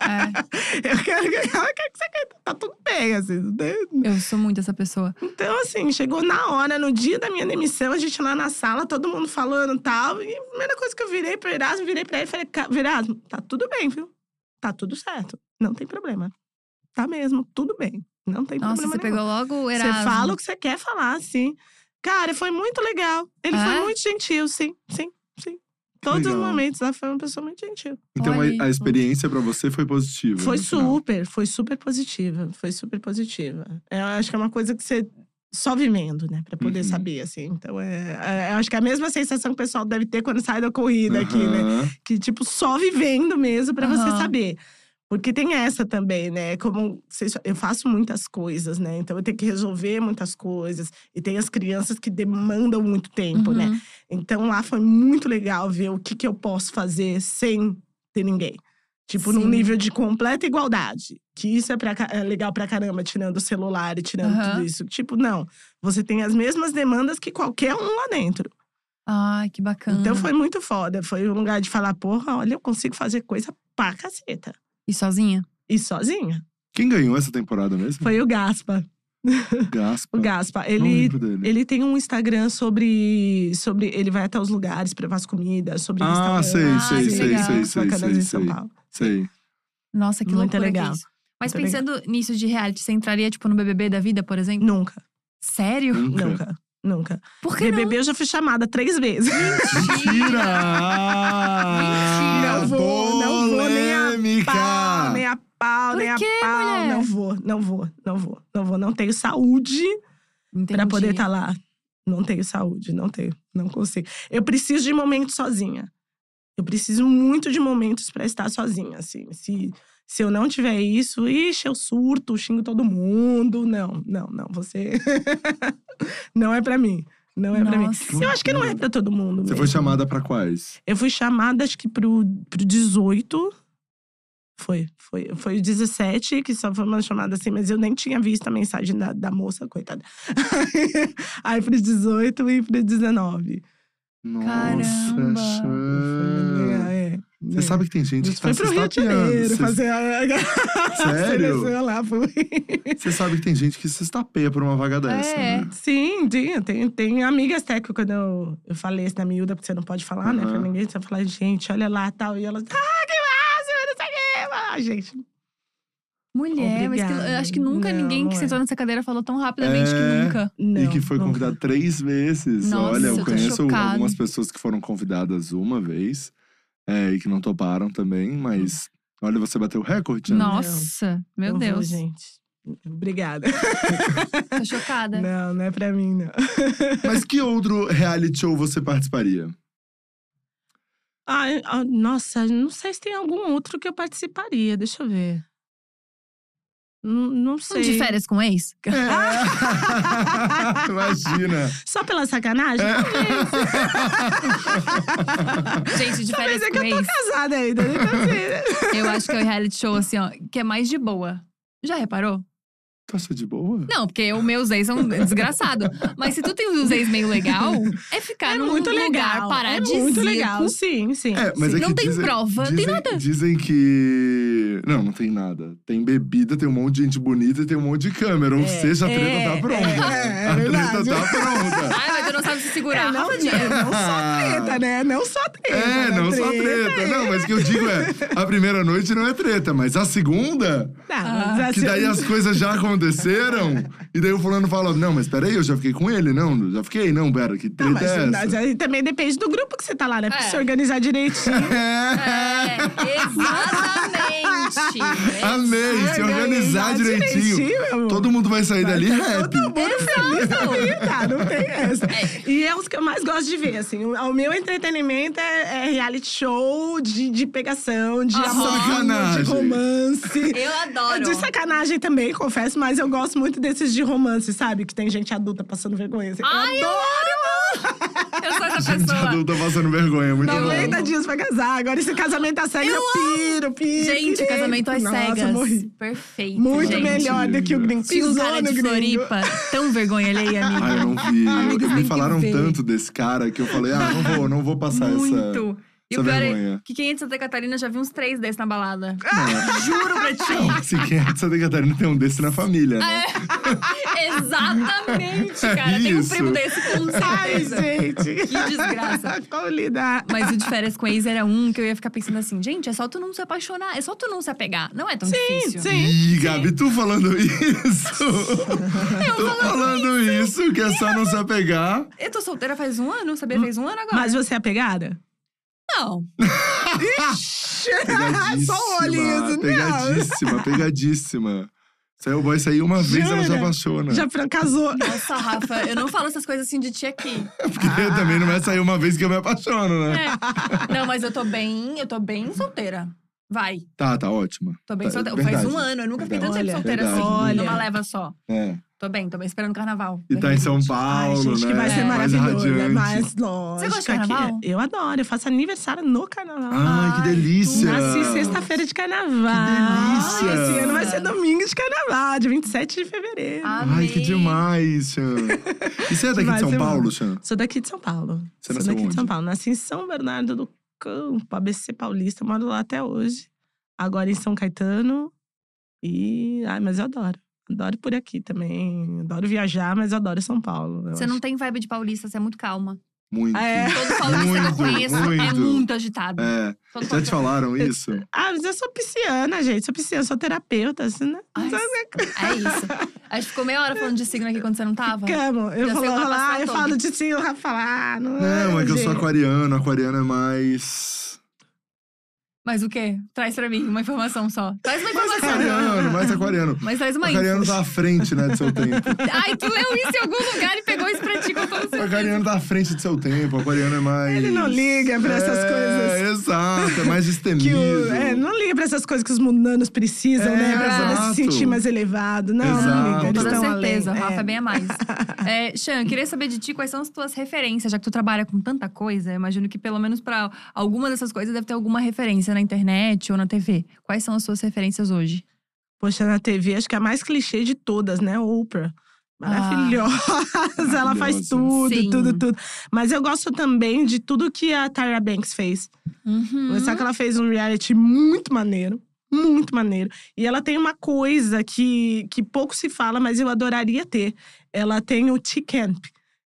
É,
Eu quero ganhar, eu quero que você ganhe. Tá tudo bem, assim. não tem-
eu sou muito essa pessoa.
Então, assim, chegou na hora, no dia da minha demissão, a gente lá na sala, todo mundo falando e tal. E a primeira coisa que eu virei pro Erasmo, virei pra ele e falei: "Ca- Erasmo, tá tudo bem, viu? Tá tudo certo. Não tem problema. Tá mesmo, tudo bem. Não tem
Nossa,
problema
você
nenhum.
pegou logo o Erasmo.
Você fala o que você quer falar, sim. Cara, foi muito legal. Ele
É?
foi muito gentil, sim, sim, sim. Todos os
legal.
momentos, ela foi uma pessoa muito gentil.
Então
Olha aí.
a, a experiência pra você foi positiva.
Foi
no final.
super, foi super positiva. Foi super positiva. Eu acho que é uma coisa que você só vivendo, né? Pra poder
Uhum.
saber, assim. Então, é, é- eu acho que é a mesma sensação que o pessoal deve ter quando sai da corrida aqui, né?
Aham.
Que, tipo, só vivendo mesmo pra você
Aham.
saber. Porque tem essa também, né? Como vocês- eu faço muitas coisas, né? Então eu tenho que resolver muitas coisas. E tem as crianças que demandam muito tempo, né?
Uhum.
Então lá foi muito legal ver o que, que eu posso fazer sem ter ninguém. Tipo, num
Sim.
nível de completa igualdade. Que isso é, pra ca- é legal pra caramba, tirando o celular e tirando
Aham.
tudo isso. Tipo, não. Você tem as mesmas demandas que qualquer um lá dentro.
Ai, que bacana.
Então foi muito foda. Foi um lugar de falar, porra, olha, eu consigo fazer coisa pra caceta.
E sozinha?
E sozinha.
Quem ganhou essa temporada mesmo?
Foi o Gaspa.
Gaspa.
O Gaspa.
Não
Ele
lembro dele.
Ele tem um Instagram sobre. sobre ele vai até os lugares provar as comidas, sobre
Ah,
restaurantes,
sei,
Ah,
sei,
que
sei,
legal.
sei, sei,
bacanas
sei,
em São
sei.
Paulo.
Sei.
Nossa, que
Muito
loucura que é
legal.
isso. Mas
Muito
pensando nisso de reality, você entraria, tipo, no BBB da vida, por exemplo?
Nunca,
Sério?
Nunca.
nunca, nunca.
Por que
BBB eu já fui chamada três vezes.
Mentira! Ah,
Não vou, não vou, nem a
polêmica.
Pau, nem a pau,
Por
nem a
quê,
pau.
mulher?
Não vou, não vou, não vou, não vou. Não tenho saúde
não? Entendi.
pra poder estar lá. Não tenho saúde, não tenho, não consigo. Eu preciso de momentos sozinha. Eu preciso muito de momentos pra estar sozinha, assim. Se, se eu não tiver isso, ixi, eu surto, xingo todo mundo. Não, não, não, você não é pra mim. Não é pra mim.
Nossa.
Eu acho que não é pra todo mundo.
Você
mesmo.
foi chamada pra quais?
Eu fui chamada, acho que pro, pro 18. Foi, foi, foi o 17, que só foi uma chamada assim, mas eu nem tinha visto a mensagem da, da moça, coitada. Aí pro 18 e pro 19.
Nossa,
Caramba.
Xan.
É,
Ah, Você sabe que tem gente que
Isso
tá
foi
se
pro Rio de
estapeando.
Janeiro
Você-
fazer a, a
Sério?
seleção lá. Fui.
Você sabe que tem gente que se estapeia por uma vaga dessa,
É.
né?
Sim, tinha. Tem, tem amigas até que quando eu, eu falei isso na miúda, porque você não pode falar, né?
Aham.
Pra ninguém, você fala, gente, olha lá tal. E elas, ah, que máximo, não sei o quê. Ah, gente.
Mulher, mas que,
Obrigada.
eu acho que nunca
Não,
ninguém que
é.
sentou nessa cadeira falou tão rapidamente
É.
que nunca.
Não,
e que foi
não.
convidado três vezes.
Nossa,
Olha,
eu
eu
tô
conheço
chocada.
algumas pessoas que foram convidadas uma vez é, e que não toparam também, mas olha, você bateu o recorde. né?
Nossa, meu
Não vou,
Deus.
gente. Obrigada.
Tô chocada.
Não, não é pra mim, não.
Mas que outro reality show você participaria?
Ai, ah, nossa, não sei se tem algum outro que eu participaria. Deixa eu ver. N- não sei.
Um de férias com ex?
É. Imagina.
Só pela sacanagem?
Gente, de
Mas
férias
é que
com
eu tô
ex.
casada ainda. Então, assim,
Eu acho que é o reality show, assim, ó, que é mais de boa. Já reparou?
Tu acha de boa?
Não, porque os meus ex são é um desgraçado. Mas se tu tem uns ex meio legal, é ficar
é
num
muito
lugar
legal. é
paradisíaco.
muito legal. Sim, sim.
É, mas
sim.
é que
Não tem
dizem-
prova, tem
dizem,
nada.
Dizem que. Não, não tem nada. Tem bebida, tem um monte de gente bonita e tem um monte de câmera. Ou seja, a treta
é,
tá pronta.
é, é
a treta
verdade.
tá pronta.
Ai, mas tu não sabe se segurar.
É, não, não só treta, né? Não só treta.
É,
né?
não só treta. Não, mas o que eu digo é: a primeira noite não é treta, mas a segunda,
Não, mas assim,
que daí as coisas já aconteceram, e daí o fulano fala: Não, mas peraí, eu já fiquei com ele, não, já fiquei, não, pera, que
não,
treta
mas
é
mas
essa?
aí também depende do grupo que você tá lá, né? Pra
É.
se organizar direitinho.
exatamente.
É, Amei, se
Ai,
organizar
organizar
direitinho.
direitinho, meu amor. tá
Todo mundo vai sair dali happy.
Então, Todo mundo feliz da vida, não tem essa. E é os que eu mais gosto de ver, assim. O, o meu entretenimento é, é reality show de, de pegação, de
Aham.
amor,
Sacanagem.
de romance.
Eu adoro.
De sacanagem também, confesso, mas eu gosto muito desses de romance, sabe? Que tem gente adulta passando vergonha. assim.
Ai,
eu adoro!
Eu sou essa
Gente,
pessoa.
adulta passando vergonha, muito bom.
90 dias pra casar, agora esse casamento às cegas, eu, piro, piro.
Gente,
pirei.
casamento às
Nossa,
cegas.
morri.
Perfeito.
Muito
gente.
melhor do que o gringo.
Tinha um
Pisou
cara
no
de
gringo.
Floripa, tão vergonha alheia, amiga.
Ah, eu não vi.
Amigos, tem
Me
que
falaram
ver.
tanto desse cara que eu falei, ah, não vou, não vou passar
Muito. e
essa
o pior é
vergonha.
que quem é de Santa Catarina já viu uns três desses na balada.
essa.
Juro pra ti.
Não, se quem é de Santa Catarina tem um desse na família, né?
Exatamente, cara.
É
Tem um
isso.
primo desse com
Ai,
certeza.
gente.
Que desgraça. Tá
Como lidar?
Mas o de férias com ex era um que eu ia ficar pensando assim, gente, é só tu não se apaixonar, é só tu não se apegar. Não é tão difícil. né?
Ih, Gabi, tu falando isso? tu falando isso, que é só não se apegar.
Eu tô solteira faz um ano, sabia? Fez um ano agora.
Mas você é pegada?
não.
Pegadíssima,
Só o olhinho, assim, não.
pegadíssima, pegadíssima. Saiu o boy saiu uma vez, ela já
Jura?
apaixona.
Já pra- casou.
Nossa, Rafa, eu não falo essas coisas assim de ti aqui.
Porque
Ah.
eu também não vai sair uma vez que eu me apaixono, né?
É. Não, mas eu tô bem, eu tô bem solteira. Vai,
Tá, tá, ótima.
tô bem
Tá,
solteira.
verdade.
Faz um ano, eu nunca fiquei tanto
Verdade.
tempo solteira assim,
Verdade.
numa
Olha.
leva só.
É.
Tô bem, tô bem esperando o carnaval.
E tá em São Paulo,
Ai, gente,
né?
que vai ser
Mais
maravilhoso. né?
radiante.
Mas, lógico.
gosta de
que-
carnaval?
eu adoro. Eu faço aniversário no carnaval.
Ai, que delícia!
Nasci sexta-feira de carnaval.
é- Que delícia!
Esse ano vai ser domingo de carnaval, de 27 de fevereiro.
Amei.
Ai, que demais, Chan. E você é daqui de
Vai
São
ser
Paulo,
bom.
Chan?
Sou daqui de São Paulo.
Você
Sou
nasceu
daqui
onde?
de São Paulo. Nasci em São Bernardo do Campo, ABC Paulista. Moro lá até hoje. Agora em São Caetano. E. Ai, mas eu adoro. Adoro por aqui também. Adoro viajar, mas adoro São Paulo. eu
Você
acho.
não tem vibe de paulista, você é muito calma.
Muito.
É.
Todo paulista
Muito,
que eu conheço é
muito.
muito agitado.
É.
Todo
Já te
paulista-
falaram isso?
Ah, mas eu sou pisciana, gente. Sou pisciana, sou terapeuta. Assim, né?
Ai, É isso. A gente ficou meia hora falando de signo aqui quando você não tava.
Amo. Eu
Já
falo,
sei o
lá,
ultrapassar
eu
todo.
falo de sim, o Rafa fala, ah, não.
Não, é que eu sou
gente.
aquariano, aquariano é mais.
Mas o quê? Traz pra mim uma informação só. Traz
é
uma
Mais
assim.
informação.
aquariano, mais aquariano.
Mas traz uma
aquariano
info.
tá à frente, né, do seu tempo.
Ai, tu leu isso em algum lugar e pegou isso pra ti com todo
O
certeza.
aquariano tá à frente do seu tempo, o aquariano é mais.
Ele não liga pra essas
É,
coisas.
Exato. idiota, mais
Que
destemido.
o- é, não liga pra essas coisas que os mundanos precisam,
É,
né? Pra poder
exato.
se sentir mais elevado. Não,
Exato.
não liga.
Com
Com
Eles
toda
estão
certeza,
além.
Rafa,
é.
bem a mais. É, Xan, queria saber de ti quais são as tuas referências, já que tu trabalha com tanta coisa. eu Imagino que pelo menos pra alguma dessas coisas deve ter alguma referência na internet ou na TV. Quais são as suas referências hoje?
Poxa, na TV, acho que é a mais clichê de todas, né? Oprah. Maravilhosa,
Ah.
ela faz
Maravilhosa.
tudo,
Sim.
tudo, tudo. Mas eu gosto também de tudo que a Tyra Banks fez.
Uhum.
Só que ela fez um reality muito maneiro, muito maneiro. E ela tem uma coisa que, que pouco se fala, mas eu adoraria ter. Ela tem o T-Camp,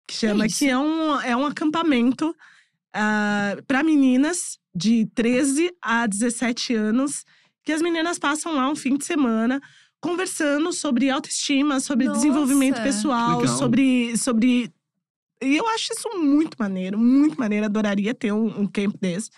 que chama,
isso?
que é um, é um acampamento para meninas de 13 a 17 anos, que as meninas passam lá um fim de semana conversando sobre autoestima, sobre
Nossa!
desenvolvimento pessoal,
Legal.
sobre, sobre. E eu acho isso muito maneiro, muito maneiro. Adoraria ter um, um camp desse.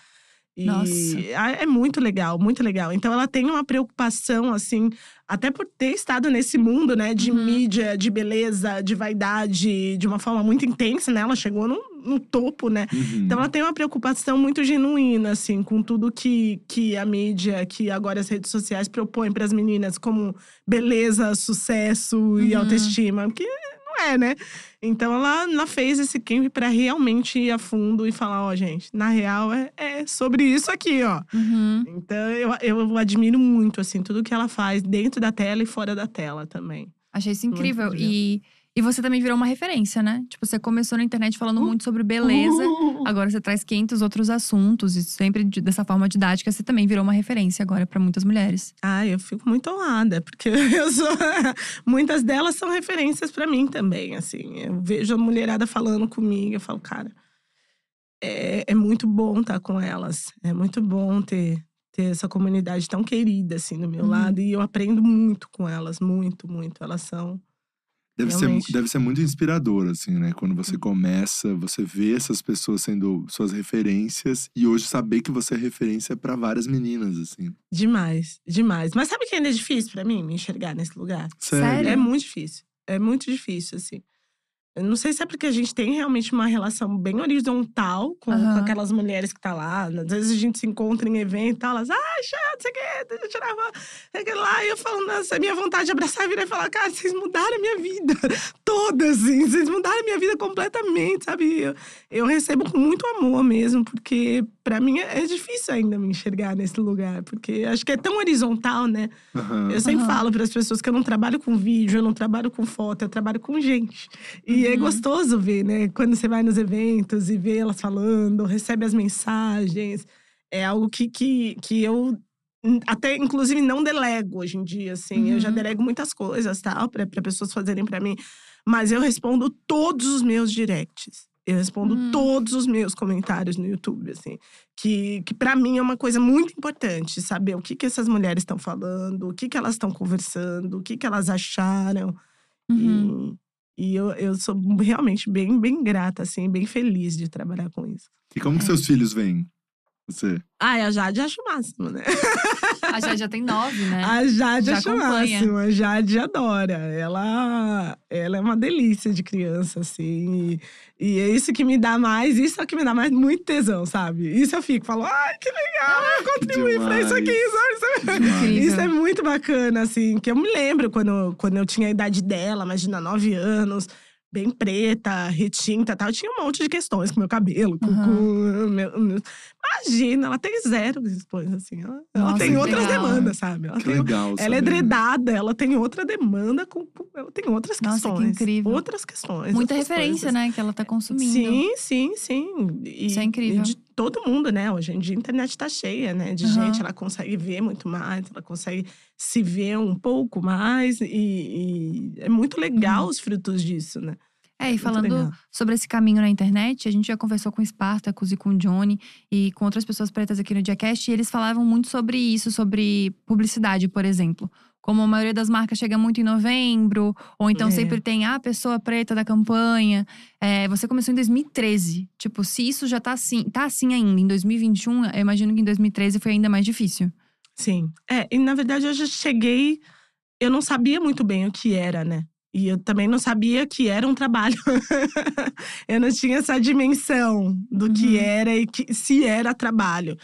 E
Nossa.
a- é muito legal, muito legal. Então ela tem uma preocupação, assim, até por ter estado nesse mundo, né, de
Uhum.
mídia, de beleza, de vaidade, de uma forma muito intensa, né? Ela chegou no, no topo, né?
Uhum.
Então ela tem uma preocupação muito genuína, assim, com tudo que, que a mídia, que agora as redes sociais propõem para as meninas como beleza, sucesso e
Uhum.
autoestima, que não é, né? Então ela, ela fez esse camp para realmente ir a fundo e falar, ó, gente, na real é, é sobre isso aqui, ó.
Uhum.
Então eu, eu admiro muito, assim, tudo que ela faz dentro da tela e fora da tela também.
Achei isso
Muito
incrível.
legal.
E, e você também virou uma referência, né? Tipo, você começou na internet falando muito sobre beleza.
Uh!
Agora você traz 500 outros assuntos. E sempre de- dessa forma didática, você também virou uma referência agora pra muitas mulheres.
Ah, eu fico muito honrada, porque eu sou. Muitas delas são referências pra mim também, assim. Eu vejo a mulherada falando comigo, eu falo, cara, é, é muito bom estar com elas. É muito bom ter, ter essa comunidade tão querida, assim, do meu
Uhum.
lado. E eu aprendo muito com elas, muito, muito. Elas são.
Deve ser,
Realmente.
deve ser muito inspirador, assim, né? Quando você começa, você vê essas pessoas sendo suas referências e hoje saber que você é referência pra várias meninas, assim.
Demais, demais. Mas sabe que ainda é difícil pra mim me enxergar nesse lugar?
Sério?
É muito difícil. É muito difícil, assim. Eu não sei se é porque a gente tem realmente uma relação bem horizontal com, com
Aham.
aquelas mulheres que tá lá. Às vezes a gente se encontra em evento e tal, elas, ah, chato, sei o que, deixa eu tirar a foto", sei o que lá. E eu falo, nossa, a minha vontade de abraçar e virar e falar, cara, vocês mudaram a minha vida toda, assim. Vocês mudaram a minha vida completamente, sabe? Eu, eu recebo com muito amor mesmo, porque pra mim é é difícil ainda me enxergar nesse lugar, porque acho que é tão horizontal, né?
Aham.
Eu sempre
Aham.
falo para as pessoas que eu não trabalho com vídeo, eu não trabalho com foto, eu trabalho com gente. E é
Uhum.
gostoso ver, né? Quando você vai nos eventos e vê elas falando, recebe as mensagens. É algo que, que, que eu hum, até, inclusive, não delego hoje em dia, assim. Eu já
Uhum.
delego muitas coisas, tal, para pessoas fazerem para mim. Mas eu respondo todos os meus directs. Eu respondo
Hum.
todos os meus comentários no YouTube, assim que, que para mim é uma coisa muito importante saber o que, que essas mulheres estão falando, o que, que elas estão conversando, o que, que elas acharam.
Uhum.
E, e eu, eu sou realmente bem, bem grata, assim, bem feliz de trabalhar com isso.
E como que seus filhos veem você?
Ah, a Jade acho o máximo, né?
A Jade já tem nove, né?
A Jade
Já
acha o
acompanha.
máximo, a Jade adora. Ela, ela é uma delícia de criança, assim. E, e é isso que me dá mais, isso é o que me dá mais muito tesão, sabe? Isso eu fico, falo, ai, que legal, eu contribuí pra isso aqui,
Demais.
sabe? Isso é
Demais.
Incrível.
Isso é muito bacana, assim, que eu me lembro quando, quando eu tinha a idade dela, imagina, 9 anos, bem preta, retinta e tal. Eu tinha um monte de questões com meu cabelo, com, com meu- meu- Imagina, ela tem zero questões, assim. Ela, ela
Nossa,
tem
que
outras
legal.
demandas, sabe? Ela,
Que
tem-
legal.
ela é
saber, né?
dredada, ela tem outra demanda, com, com- ela tem outras
Nossa, que
questões.
incrível.
Outras questões.
Muita
outras
referência,
coisas.
né? Que ela tá consumindo.
Sim, sim, sim. E-
Isso é incrível.
e de todo mundo, né? Hoje em dia a internet tá cheia, né? De
Aham.
gente, ela consegue ver muito mais, ela consegue se ver um pouco mais. E, e é muito legal os frutos disso, né?
É, Uhum. e
Muito
falando
legal.
sobre esse caminho na internet, a gente já conversou com o Spartacus e com o Johnny e com outras pessoas pretas aqui no Diacast, e eles falavam muito sobre isso, sobre publicidade, por exemplo. Como a maioria das marcas chega muito em novembro, ou então
É.
sempre tem a pessoa preta da campanha. É, você começou em 2013. Tipo, se isso já tá assim, tá assim ainda, em 2021, eu imagino que em 2013 foi ainda mais difícil.
Sim. É, e na verdade eu já cheguei, eu não sabia muito bem o que era, né? E eu também não sabia que era um trabalho. eu não tinha essa dimensão do
Uhum.
que era e que, se era trabalho.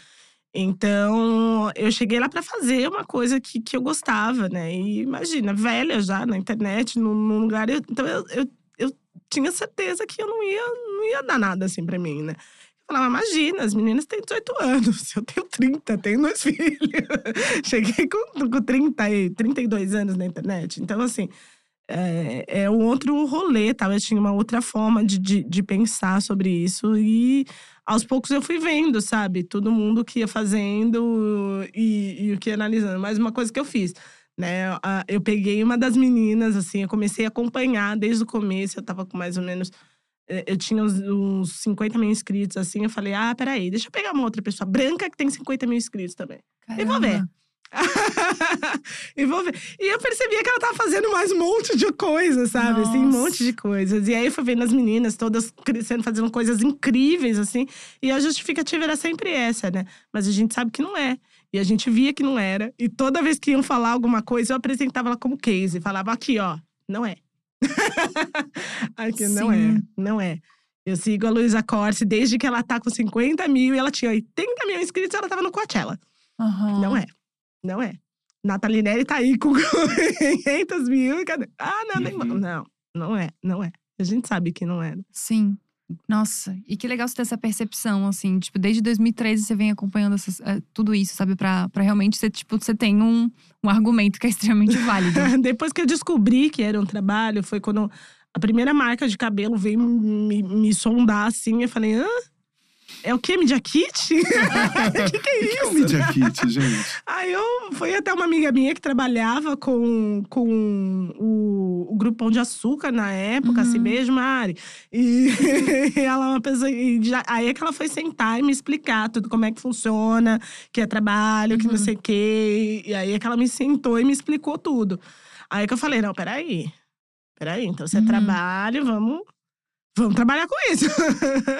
Então, eu cheguei lá para fazer uma coisa que, que eu gostava, né? E imagina, velha já na internet, num, num lugar. eu- então, eu, eu, eu tinha certeza que eu não ia, não ia dar nada assim pra mim, né? Eu falava, imagina, as meninas têm 18 anos, eu tenho 30, tenho dois filhos. Cheguei com, com 30, e 32 anos na internet. Então, assim, é, é um outro rolê, tá? Eu tinha uma outra forma de, de, de pensar sobre isso. E aos poucos eu fui vendo, sabe? Todo mundo que ia fazendo e, e o que ia analisando. Mas uma coisa que eu fiz, né? a- Eu peguei uma das meninas, assim, eu comecei a acompanhar desde o começo. Eu tava com mais ou menos. eh, Eu tinha uns, uns 50 mil inscritos, assim. Eu falei, ah, peraí, deixa eu pegar uma outra pessoa branca que tem 50 mil inscritos também. E vou ver. e vou ver. E eu percebia que ela tava fazendo mais um monte de coisa, sabe? Assim, um
Nossa.
monte de coisas. E aí eu fui vendo as meninas todas crescendo, fazendo coisas incríveis, assim. E a justificativa era sempre essa, né? Mas a gente sabe que não é. E a gente via que não era. E toda vez que iam falar alguma coisa, eu apresentava ela como case. Falava, aqui, ó, não é. aqui, não é,
Sim.
não é. Eu sigo a Luísa Corse desde que ela tá com 50 mil e ela tinha 80 mil inscritos, ela tava no Coachella.
Aham.
Hum.
Não é. Não é. Nathalie Neri tá aí com 500 mil. Cadê? Ah, não, nem.
Uhum.
Não, não é, não é. A gente sabe que não é.
Sim. Nossa, e que legal você ter essa percepção, assim, tipo, desde 2013 você vem acompanhando essas- eh, tudo isso, sabe? Pra, pra realmente você, tipo, você tem um, um argumento que é extremamente válido.
Depois que eu descobri que era um trabalho, foi quando a primeira marca de cabelo veio me, me sondar assim. Eu falei, hã? É o quê? Media kit? O que, que é
O que é o
isso?
Media Kit, gente?
Aí eu fui até uma amiga minha que trabalhava com, com o, o Grupão de Açúcar na época, assim
Uhum.
mesmo, Mari. E ela é uma pessoa. e já- aí é que ela foi sentar e me explicar tudo como é que funciona, que é trabalho,
Uhum.
que não sei o quê. E aí é que ela me sentou e me explicou tudo. Aí é que eu falei: não, peraí. Peraí, então você é
Uhum.
trabalho, vamos. Vamos trabalhar com isso.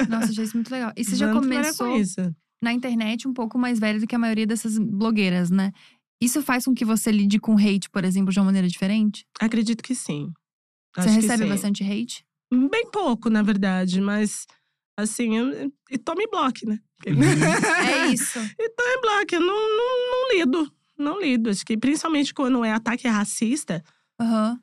Nossa, achei isso é muito legal. E você já
Vamos trabalhar
começou
com isso.
na internet um pouco mais velha do que a maioria dessas blogueiras, né? Isso faz com que você lide com hate, por exemplo, de uma maneira diferente?
Acredito que sim.
você
Acho que
recebe
sim.
bastante hate?
Bem pouco, na verdade, mas assim, eu, e tome bloco, né?
É isso.
E tome bloco, eu não, não, não lido. Não lido. Acho que principalmente quando é ataque racista,
Aham.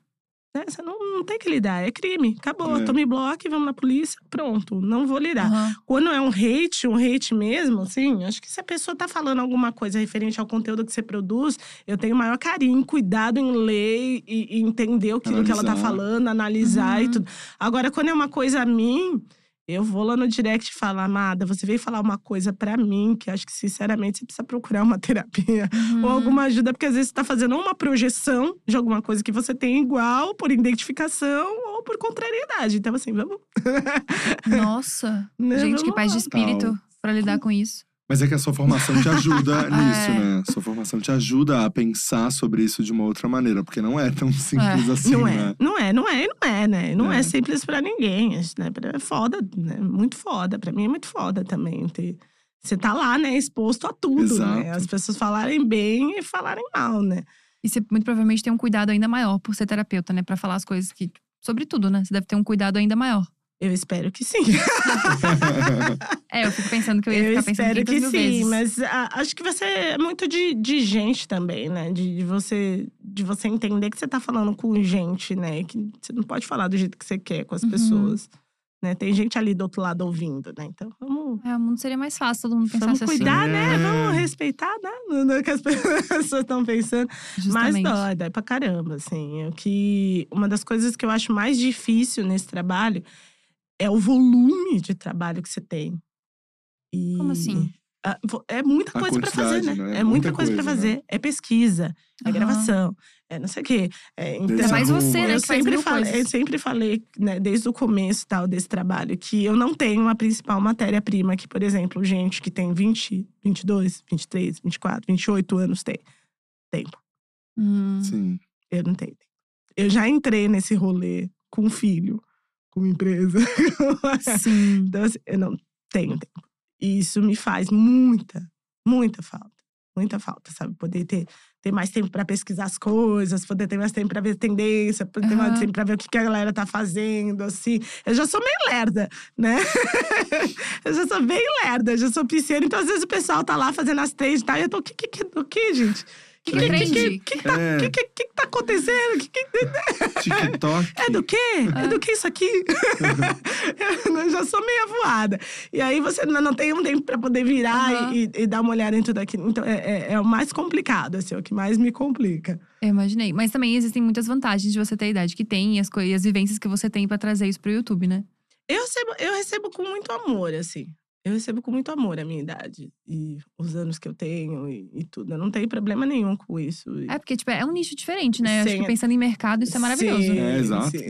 né, você não, não tem que lidar. É crime. Acabou.
É.
Tome bloco, vamos na polícia, pronto. Não vou lidar.
aham.
Quando é um hate, um hate mesmo, assim, acho que se a pessoa tá falando alguma coisa referente ao conteúdo que você produz, eu tenho o maior carinho, cuidado em ler e, e entender aquilo que ela tá
Analisar.
falando, analisar e
Uhum.
tudo. Agora, quando é uma coisa a mim, eu vou lá no direct e falo, amada, você veio falar uma coisa pra mim, que eu acho que, sinceramente, você precisa procurar uma terapia
Uhum.
ou alguma ajuda, porque às vezes você tá fazendo uma projeção de alguma coisa que você tem igual, por identificação ou por contrariedade. Então, assim, vamos.
Nossa.
né,
Gente, que
vamos
paz de
lá.
espírito pra lidar com isso.
Mas é que a sua formação te ajuda nisso,
É.
né? Sua formação te ajuda a pensar sobre isso de uma outra maneira, porque não é tão simples assim,
Não
né?
é, não é, não é, e não é, né? Não é,
É.
simples pra ninguém. acho, Né? Pra- É foda, né? Muito foda. Pra mim é muito foda também. ter- Você tá lá, né? Exposto a tudo,
Exato.
né? As pessoas falarem bem e falarem mal, né?
E você muito provavelmente tem um cuidado ainda maior por ser terapeuta, né? Pra falar as coisas que. Sobre tudo, né? Você deve ter um cuidado ainda maior.
Eu espero que sim.
É, eu fico pensando que eu ia ficar pensando 500
espero que
mil
sim,
vezes.
mas ah, acho que você é muito de, de gente também, né? De, de você, de você entender que você tá falando com gente, né? Que você não pode falar do jeito que você quer com as
Uhum.
pessoas. Né? Tem gente ali do outro lado ouvindo, né? Então vamos.
É, o mundo seria mais fácil todo mundo
Vamos
pensasse assim.
cuidar, né?
É.
Vamos respeitar, né? No- no que as pessoas estão pensando.
Justamente.
Mas dói, dói pra caramba, assim. O que, uma das coisas que eu acho mais difícil nesse trabalho é o volume de trabalho que você tem. E-
Como assim?
Ah, vo- É muita
A
coisa pra fazer, né?
quantidade, né?
É muita coisa pra
coisa, né?
fazer. É pesquisa, é
Aham.
gravação, é não sei o quê. É,
Ainda
mais
Desarruma.
você, né?
eu
que faz
sempre
mil
falei, eu
coisas.
sempre falei, né, desde o começo tal desse trabalho, que eu não tenho a principal matéria-prima que, por exemplo, gente que tem 20, 22, 23, 24, 28 anos tem.
Hum.
Sim.
Eu não tenho. Eu já entrei nesse rolê com filho, com empresa.
Sim.
então, assim, eu não tenho tempo. E isso me faz muita, muita falta. muita falta, sabe? Poder ter, ter mais tempo para pesquisar as coisas, poder ter mais tempo para ver tendência, poder ter mais
Aham.
tempo para ver o que, que a galera tá fazendo, assim. Eu já sou meio lerda, né? eu já sou bem lerda, eu já sou pisciana. Então, às vezes, o pessoal tá lá fazendo as três e tal. E eu tô, o que, que, que, o que, gente? O que, que, que, que,
Entendi.
que, que, tá-
É.
que, que, que tá acontecendo? Que, que,
TikTok.
Hum. é do quê? É do que isso aqui?
Uhum.
eu já sou meio avoada. E aí você não não tem um tempo pra poder virar
Aham.
e, e dar uma olhada em tudo aquilo. Então é, é- é o mais complicado, assim, é o que mais me complica.
Eu imaginei. Mas também existem muitas vantagens de você ter a idade que tem e as, coi- e as vivências que você tem pra trazer isso pro YouTube, né?
Eu recebo, eu recebo com muito amor, assim. Eu recebo com muito amor a minha idade e os anos que eu tenho e, e tudo. Eu não tenho problema nenhum com isso. E-
É porque, tipo, é um nicho diferente, né? Eu Acho
Sim.
que pensando em mercado, isso é maravilhoso.
Sim,
É, exato.
sim.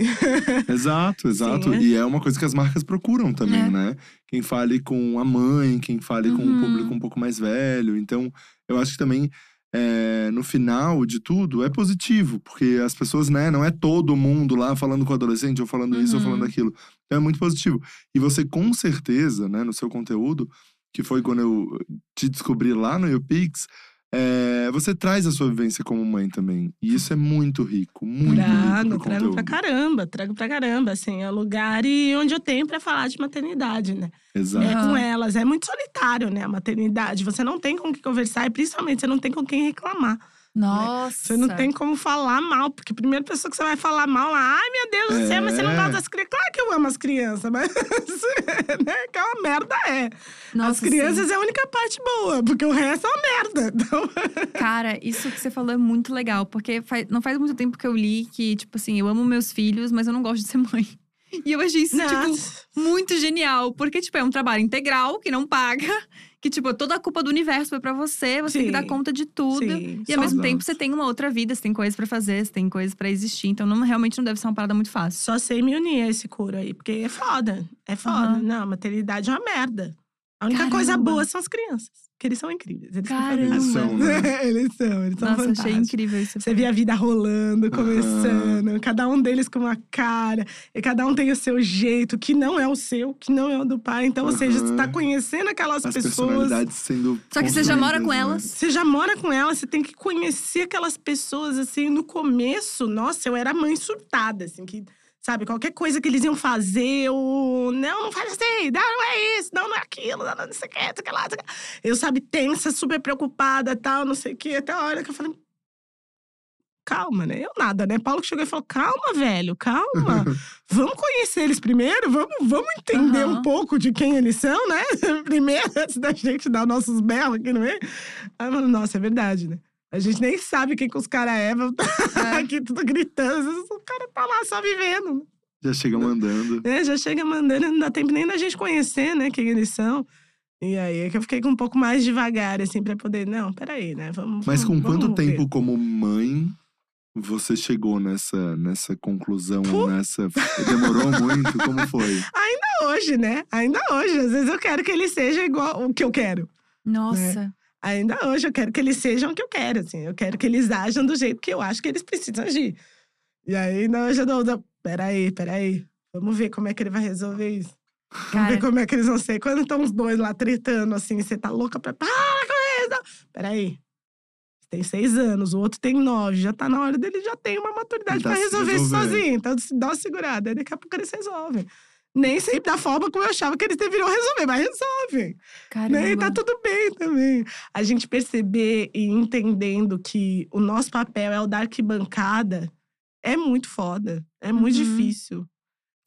Exato, exato.
Sim, é.
E é uma coisa que as marcas procuram também,
É.
né? Quem fale com a mãe, quem fale com um
Uhum.
público um pouco mais velho. Então, eu acho que também, é, no final de tudo, é positivo. Porque as pessoas, né? Não é todo mundo lá falando com o adolescente, ou falando isso, ou
Uhum.
falando aquilo. Então, é muito positivo. E você, com certeza, né? No seu conteúdo, que foi quando eu te descobri lá no YouPix… é, você traz a sua vivência como mãe também. E isso é muito rico, muito rico
Trago,
pro
trago pra
conteúdo.
caramba, trago pra caramba, assim, é o lugar e onde eu tenho pra falar de maternidade, né?
Exato.
É com
Aham.
elas, é muito solitário, né, a maternidade. Você não tem com quem conversar e principalmente você não tem com quem reclamar.
Nossa.
Você não tem como falar mal, porque a primeira pessoa que você vai falar mal lá, ai meu Deus do céu, mas você não
É.
gosta das crianças. Claro que eu amo as crianças, mas né, que é uma merda é.
Nossa,
as crianças é a única parte boa, porque o resto é uma merda. Então,
sim. Cara, isso que você falou é muito legal, porque faz- não faz muito tempo que eu li que, tipo assim, eu amo meus filhos, mas eu não gosto de ser mãe. E eu achei isso, tipo,
nossa,
muito genial, porque, tipo, é um trabalho integral, que não paga, que, tipo, toda a culpa do universo foi pra você, você tem que
Sim.
dar conta de tudo.
sim,
E é ao
só-
mesmo
Exato.
tempo, você tem uma outra vida, você tem coisas pra fazer, você tem coisas pra existir. Então, não, realmente não deve ser uma parada muito fácil.
Só sei me unir a esse couro aí, porque é foda. É foda.
Aham.
Não, a maternidade é uma merda. A única
Caramba.
coisa boa são as crianças, que eles são incríveis. Eles
Caramba.
Eles
são
são,
fantásticos.
né?
eles são, eles são
Nossa,
fantásticos.
achei incrível isso.
Você vê a vida rolando, começando, cada um deles com uma cara, e cada um tem o seu jeito, que não é o seu, que não é o do pai. Então, ou seja, você tá
Aham.
conhecendo aquelas
As
pessoas.
personalidades sendo.
Só que você já mora com
construídas,
elas.
Você já mora com elas, você tem que conhecer aquelas pessoas, assim. No começo, nossa, eu era mãe surtada, assim, que, sabe, qualquer coisa que eles iam fazer, eu. Não, não faz assim, não, não é isso, não, não é aquilo, não, não sei o que, não sei o que lá, não sei o que. Eu, sabe, tensa, super preocupada tal, não sei o que, até a hora que eu falei. Calma, né? Eu nada, né? Paulo que chegou e falou: calma, velho, calma. vamos conhecer eles primeiro, vamos, vamos entender
Aham.
um pouco de quem eles são, né? primeiro, antes da gente dar os nossos berros aqui no meio. Aí eu falo, nossa, é verdade, né? A gente nem sabe quem que os caras é, vamos tá aqui tudo gritando. Às vezes o cara tá lá só vivendo.
né? Já chega mandando.
né? Já chega mandando, não dá tempo nem da gente conhecer, né, quem eles são. E aí é que eu fiquei com um pouco mais devagar, assim, pra poder. Não, peraí, né? Vamos.
Mas com
vamos-
quanto
vamos ver."
tempo, como mãe, você chegou nessa, nessa conclusão?
Pô.
Nessa. Demorou muito? Como foi?
Hoje, né? Ainda hoje. Às vezes eu quero que ele seja igual o que eu quero.
Nossa.
Ainda hoje eu quero que eles sejam o que eu quero, assim. Eu quero que eles ajam do jeito que eu acho que eles precisam agir. E aí, não, eu já dou. dou- Peraí, peraí. Vamos ver como é que ele vai resolver isso. Vamos ver
Cara,
como é que eles vão ser. Quando estão os dois lá tretando, assim, você tá louca pra. Para com isso! não. Peraí. Você Tem seis anos, o outro tem nove. Já tá na hora dele, já tem uma maturidade
Ele tá
pra
se
resolver isso
resolvendo.
sozinho. Então, se dá uma segurada. Aí daqui a pouco eles resolvem. Nem sempre da forma como eu achava que eles deveriam resolver, mas resolvem
caramba.
né? E tá tudo bem também. A gente perceber e entendendo que o nosso papel é o da arquibancada é muito foda. É muito
Uhum.
difícil.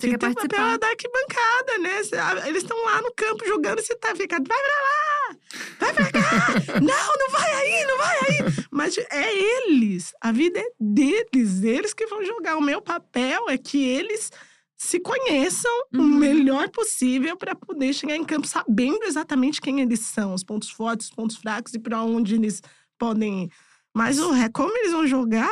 Você quer
Porque teu papel é
participar.
o da arquibancada, né? Cê- a- Eles estão lá no campo jogando e você tá ficando, vai pra lá! Vai pra cá! não, não vai aí, não vai aí! Mas é eles, a vida é deles, eles que vão jogar. O meu papel é que eles se conheçam o
Uhum.
melhor possível para poder chegar em campo sabendo exatamente quem eles são, os pontos fortes, os pontos fracos e para onde eles podem ir. Mas o re- como eles vão jogar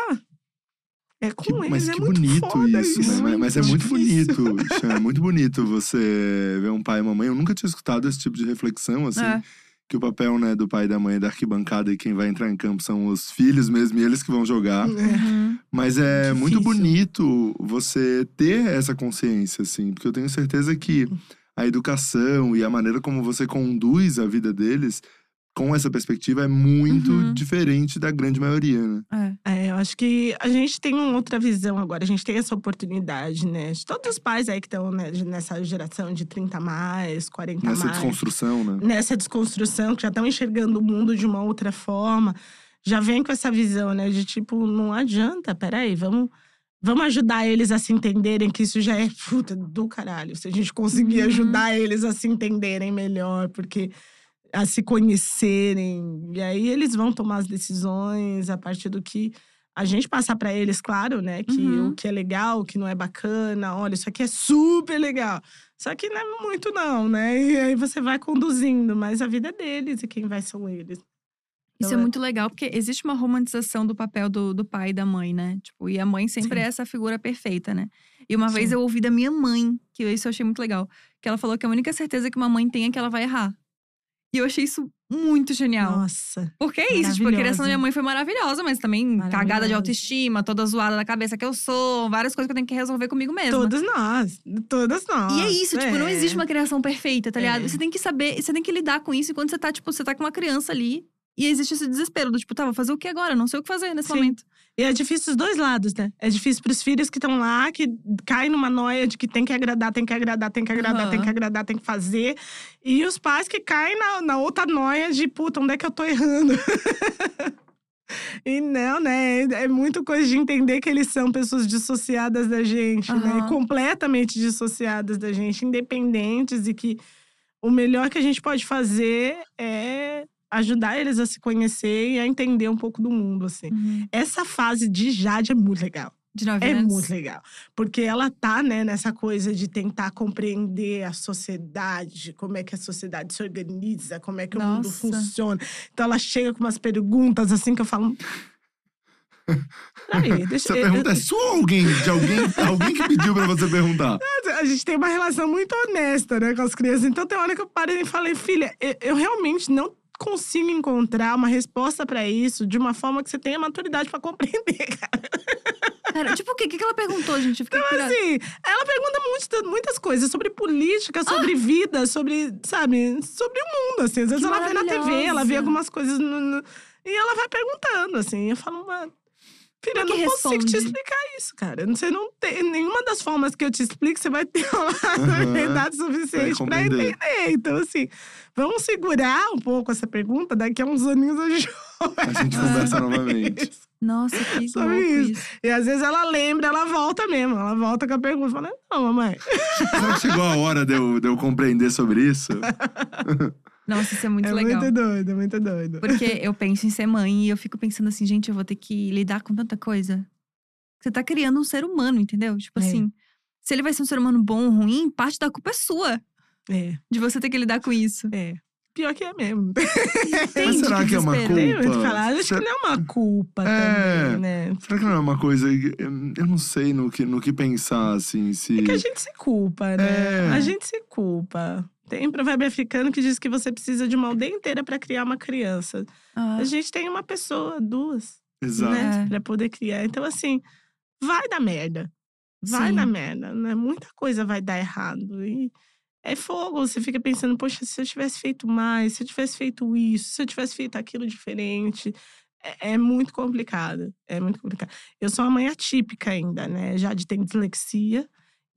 é com
Que-
eles,
mas
é
que
muito
bonito
foda
isso, né? Mas- Mas é muito bonito. Chan, é muito bonito você ver um pai e uma mãe. Eu nunca tinha escutado esse tipo de reflexão, assim.
É.
Que o papel né, do pai e da mãe é da arquibancada e quem vai entrar em campo são os filhos mesmo, e eles que vão jogar.
É.
Uhum.
Mas é muito
Difícil.
bonito você ter essa consciência, assim, porque eu tenho certeza que a educação e a maneira como você conduz a vida deles com essa perspectiva é muito
Uhum.
diferente da grande maioria, né?
É.
É, eu acho que a gente tem uma outra visão agora, a gente tem essa oportunidade, né? De Todos os pais aí que estão nessa geração de 30 a mais, 40 a
Nessa
Tá mais.
desconstrução, né?
nessa desconstrução, que já estão enxergando o mundo de uma outra forma, já vem com essa visão, né? De tipo, não adianta, peraí, vamos, vamos ajudar eles a se entenderem, que isso já é puta do caralho. Se a gente conseguir
Uhum.
ajudar eles a se entenderem melhor, porque a se conhecerem. E aí eles vão tomar as decisões a partir do que. A gente passar pra eles, claro, né? Que
Uhum.
o que é legal, o que não é bacana, olha, isso aqui é super legal. Só que não é muito, não, né? E aí você vai conduzindo, mas a vida é deles e quem vai são eles.
Isso
Então,
é
é-
muito legal, porque existe uma romantização do papel do, do pai e da mãe, né? Tipo, e a mãe sempre é essa figura perfeita, né? E uma vez
Sim.
eu ouvi da minha mãe, que isso eu achei muito legal, que ela falou que a única certeza que uma mãe tem é que ela vai errar. E eu achei isso muito genial.
Nossa.
Porque é isso, tipo, a criação da
Maravilhosa.
minha mãe foi maravilhosa, mas também cagada de
Maravilhosa.
autoestima, toda zoada da cabeça que eu sou, várias coisas que eu tenho que resolver comigo mesma.
Todos nós. Todas nós.
E é isso, tipo, não
é.
existe uma criação perfeita, tá
É.
ligado? Você tem que saber, você tem que lidar com isso enquanto você tá, tipo, você tá com uma criança ali. E existe esse desespero do tipo, tá, vou fazer o que agora? Não sei o que fazer nesse
Sim.
momento.
E é difícil os dois lados, né? É difícil pros filhos que estão lá, que caem numa noia de que tem que agradar, tem que agradar, tem que agradar, tem
Aham.
que agradar, tem que fazer. E os pais que caem na, na outra noia de, puta, onde é que eu tô errando? E não, né? É muito coisa de entender que eles são pessoas dissociadas da gente, né?
Aham.
Completamente dissociadas da gente, independentes e que o melhor que a gente pode fazer é ajudar eles a se conhecer e a entender um pouco do mundo, assim. Essa fase de Jade é muito legal.
De nove
É
anos.
muito legal. Porque ela tá, né, nessa coisa de tentar compreender a sociedade, como é que a sociedade se organiza, como é que o mundo
Nossa.
funciona. Então ela chega com umas perguntas assim que eu falo. Peraí, deixa
Essa
eu.
pergunta é sua ou alguém? De alguém, alguém que pediu pra você perguntar.
A gente tem uma relação muito honesta, né, com as crianças. Então tem hora que eu parei e falei, filha, eu, eu realmente não consigo encontrar uma resposta pra isso de uma forma que você tenha maturidade pra compreender.
Cara, tipo, o quê? O que que ela perguntou, gente? Eu fiquei
Então,
curiosa.
assim, ela pergunta muito- muitas coisas sobre política, sobre vida, sobre, sabe, sobre o mundo, assim. Às vezes
Ah! Que
ela vê na TV, ela vê
maravilhosa.
algumas coisas no- no- e ela vai perguntando, assim. Eu falo, mano, filha,
Como
eu
é
não
que
consigo te
responde?
explicar isso, cara. Você não tem nenhuma das formas que eu te explico, você vai ter uma maturidade suficiente pra
compreender.
entender. Então, assim, vamos segurar um pouco essa pergunta, daqui a uns aninhos a gente
A
Ah,
gente conversa
sobre
novamente.
isso.
Nossa, que
Sabe
louco
isso?
isso.
E às vezes ela lembra, ela volta mesmo. Ela volta com a pergunta, fala, não, mamãe.
Será que chegou a hora de eu, de eu compreender sobre isso?
Nossa, isso é muito
é
legal.
muito doido, é muito doido.
Porque eu penso em ser mãe e eu fico pensando assim, gente, eu vou ter que lidar com tanta coisa. Você tá criando um ser humano, entendeu? Tipo
É.
assim, se ele vai ser um ser humano bom ou ruim, parte da culpa é sua
É,
de você ter que lidar com isso.
é. Pior que é mesmo.
Mas
Entende
será que é uma
desespero?
Tem
culpa?
muito que falar. Acho que
Será-
não é uma culpa
É.
também, né?
Será que não é uma coisa. que- Eu não sei no que, no que pensar, assim. Se...
É que a gente se culpa, né?
É.
A gente se culpa. Tem um provérbio africano que diz que você precisa de uma aldeia inteira pra criar uma criança.
Ah,
A gente tem uma pessoa, duas,
Exato.
né?
É.
Pra poder criar. Então, assim, vai dar merda. Vai
sim.
na merda, né? Muita coisa vai dar errado. E é fogo, você fica pensando, poxa, se eu tivesse feito mais, se eu tivesse feito isso, se eu tivesse feito aquilo diferente. É, é muito complicado. É muito complicado. Eu sou uma mãe atípica ainda, né? Jade tem dislexia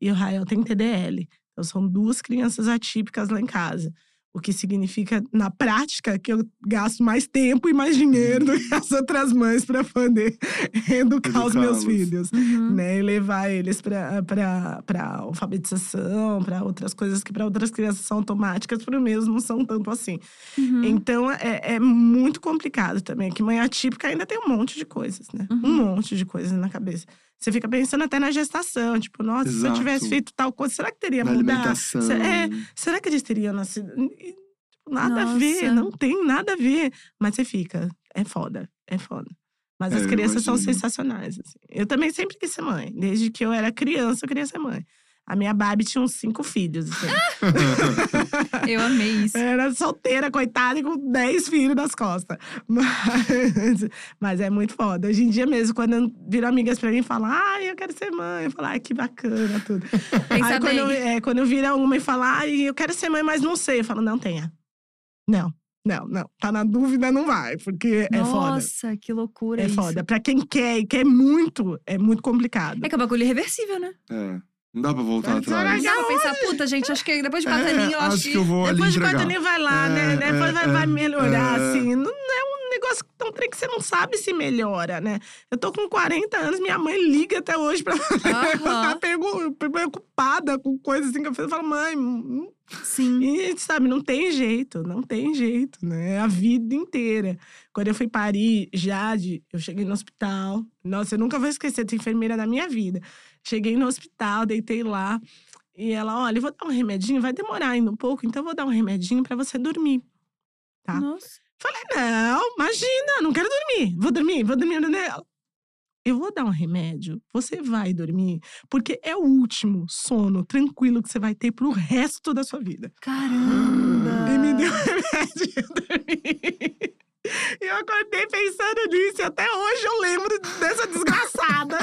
e o Rael tem TDL. Então são duas crianças atípicas lá em casa. O que significa, na prática, que eu gasto mais tempo e mais dinheiro do que as outras mães para poder educar os
Educá-los.
meus filhos
Uhum.
né, e levar eles para alfabetização, para outras coisas que para outras crianças são automáticas, para meus não são tanto assim.
Uhum.
Então é, é muito complicado também, que mãe atípica ainda tem um monte de coisas, né? Um
Uhum.
monte de coisas na cabeça. Você fica pensando até na gestação, tipo, nossa, se eu
Exato.
tivesse feito tal coisa, será que teria
Na
mudado?
alimentação.
Se- é, Será que eles teriam nascido? E, tipo, Nada a ver,
Nossa.
não tem nada a ver. Mas você fica. É foda, é foda. Mas
É,
as
eu
crianças são
imagino.
sensacionais. assim. Eu também sempre quis ser mãe. Desde que eu era criança, eu queria ser mãe. A minha Barbie tinha uns cinco filhos. assim.
Eu amei isso.
era solteira, coitada, e com dez filhos nas costas. Mas, mas é muito foda. Hoje em dia mesmo, quando viram amigas pra mim e falam, ai, eu quero ser mãe. Eu falo, ai, que bacana, tudo. Aí
Pensa
quando,
bem.
eu, é, quando eu vira uma e fala, ai, eu quero ser mãe, mas não sei. Eu falo, não tenha. Não. Não, não. Tá na dúvida, não vai, porque é foda.
Nossa, que loucura
É
isso.
foda. Pra quem quer e quer muito, é muito complicado.
É que é um bagulho irreversível, né?
É. Não dá pra voltar
Vai
atrás.
devagar.
Dá pra pensar, puta, gente, acho que depois de Guatani,
É,
eu
acho que eu vou ali
Depois de
entregar.
quatro nem vai lá,
É,
né? Depois
é,
vai,
é,
vai melhorar,
é.
assim. Não é um negócio tão trem que você não sabe se melhora, né? Eu tô com 40 anos, minha mãe liga até hoje pra tá
Aham,
pergu- preocupada com coisas assim que eu fiz. Eu falo, mãe, não-
sim.
e, sabe, não tem jeito, não tem jeito, né? É a vida inteira. Quando eu fui parir, Jade, eu cheguei no hospital. Nossa, eu nunca vou esquecer de enfermeira da minha vida. Cheguei no hospital, deitei lá. E ela, olha, eu vou dar um remedinho, vai demorar ainda um pouco, então eu vou dar um remedinho pra você dormir. Tá.
Nossa.
Falei, não, imagina, não quero dormir. Vou dormir, vou dormir nela. Eu vou dar um remédio, você vai dormir, porque é o último sono tranquilo que você vai ter pro resto da sua vida.
Caramba.
E me deu um remédio e eu dormi. Eu acordei pensando nisso, e até hoje eu lembro dessa desgraçada.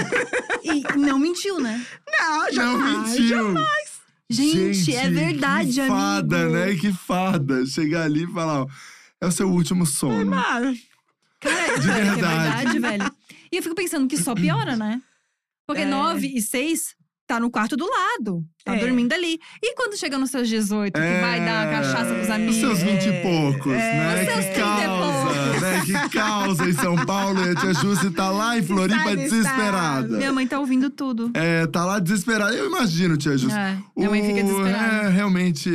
E não mentiu, né?
Não, já
Não mentiu.
Gente, é verdade,
que
amigo.
fada, né? Que fada. Chegar ali e falar, ó, é o seu último sono.
Ah,
Cara,
De
pior que
verdade.
é verdade, velho. E eu fico pensando que só piora, né? Porque
É.
nove e seis tá no quarto do lado. Tá
É.
dormindo ali. E quando chega nos seus 18, que vai dar a cachaça pros amigos?
É,
É,
Os seus vinte e poucos, né?
Os seus
que
30 e
causa,
poucos.
né? Que causa em São Paulo. E a tia Jussi tá lá em Floripa
Está,
desesperada.
Minha mãe tá ouvindo tudo.
É, tá lá desesperada. Eu imagino, tia Jussi.
É, minha mãe fica
O-
desesperada.
É, realmente,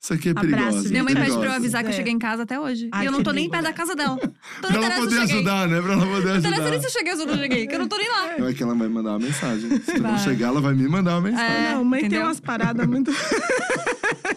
isso aqui é
Abraço,
perigoso.
viu?
Minha mãe pede
perigoso.
pra eu avisar que eu
É.
cheguei em casa até hoje.
Ai,
e eu não
que
tô nem
lindo.
perto da casa dela. Então
Pra
não
ela
interessa se
poder
eu cheguei.
ajudar, né? Pra ela poder
Não interessa nem se
ajudar.
eu cheguei ou se eu não cheguei, que eu não tô nem lá.
Não é que ela vai mandar uma mensagem. Se não
Vai.
chegar, ela vai me mandar uma mensagem.
É,
não, mãe
entendeu?
tem umas paradas muito.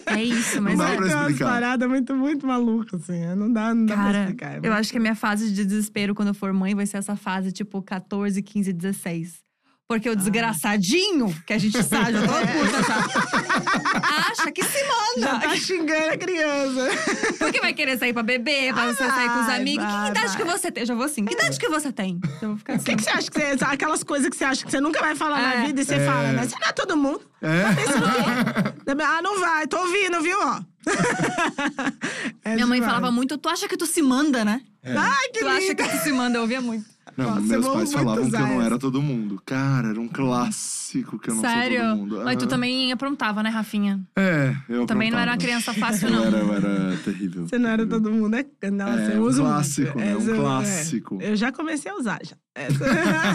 É isso,
Não
mas
dá
é.
pra
tem umas
explicar.
paradas muito, muito malucas, assim. é, Não dá, não dá pra
Cara,
explicar. é
eu acho que a minha fase de desespero quando eu for mãe vai ser essa fase tipo 14, 15, 16. Porque o desgraçadinho, que a gente sabe, já tô puta já. Acha que se
Já
manda.
tá xingando a criança.
Porque vai querer sair pra beber, pra você sair com os
vai,
amigos. que
vai,
idade
vai.
que você tem? Eu já vou assim. Que
É.
idade que você tem? Eu vou ficar
O que,
assim.
que você acha que você. Aquelas coisas que você acha que você nunca vai falar
É.
na vida e você fala, né? Você não é todo mundo.
É?
Isso não é. ah, não vai, tô ouvindo, viu? Ó. É
Minha mãe
demais.
falava muito, tu acha que tu se manda, né?
Ai, que
Tu acha que tu se manda, eu ouvia muito.
Não,
Nossa,
meus
eu vou
pais
muito
falavam que eu
usar
não
essa.
era todo mundo. Cara, era um clássico que eu não
Sério?
sou todo mundo.
Mas tu
Aham.
também aprontava, né, Rafinha?
É, eu
Também não
aprontava.
era uma criança fácil,
Eu
não.
era, eu era terrível.
Você não era
terrível.
todo mundo, é. Nossa,
É,
eu
um
uso muito.
clássico, né? Um
Essa- é.
clássico.
Eu já comecei a usar, já.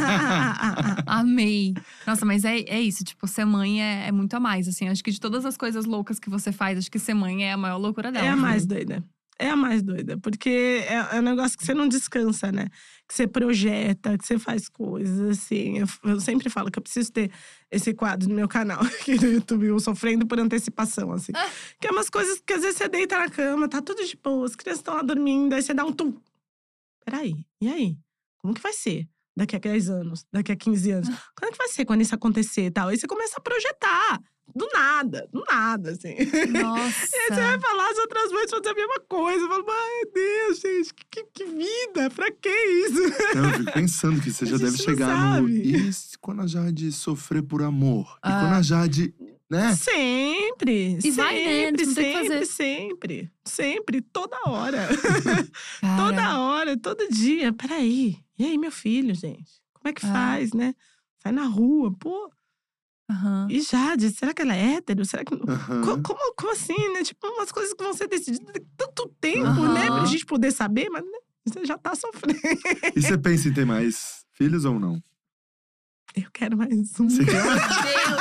Amei. Nossa, mas é, é isso. Tipo, ser mãe é, é muito a mais, assim. Acho que de todas as coisas loucas que você faz, acho que ser mãe é a maior loucura dela.
É a mais doida. É a mais doida, porque é, é um negócio que você não descansa, né? Que você projeta, que você faz coisas, assim. Eu, eu sempre falo que eu preciso ter esse quadro no meu canal aqui no YouTube, o Sofrendo por Antecipação, assim. Que é umas coisas que às vezes você deita na cama, tá tudo de boa, as crianças estão lá dormindo, aí você dá um tum. Peraí, e aí? Como que vai ser? Daqui a 10 anos, daqui a 15 anos. Quando é que vai ser quando isso acontecer e tal? Aí você começa a projetar. Do nada, do nada, assim.
Nossa.
É, Vai falar, as outras mães fazem a mesma coisa. Eu falo, meu Deus, gente, que, que- que vida, pra que isso?
Então, eu fico pensando que você
A
já
gente
deve
não
chegar no.
sabe.
E se- quando a Jade sofrer por amor? E
Ah.
quando a Jade. Né?
Sempre,
E
sempre,
vai, né? Não tem o que fazer.
sempre, sempre, sempre, toda hora.
Cara,
toda hora, todo dia. Peraí, e aí, meu filho, gente? Como é que
Ah.
faz, né? Sai na rua, pô.
aham.
E Jade, será que ela é hétero? Será que.
Hum.
não-
Aham.
Co- Como, como assim, né? Tipo, umas coisas que vão ser decididas de tanto tempo, né?
Aham.
Pra gente poder saber, mas né, você já tá sofrendo.
E você pensa em ter mais filhos ou não?
Eu quero mais um.
Você quer mais?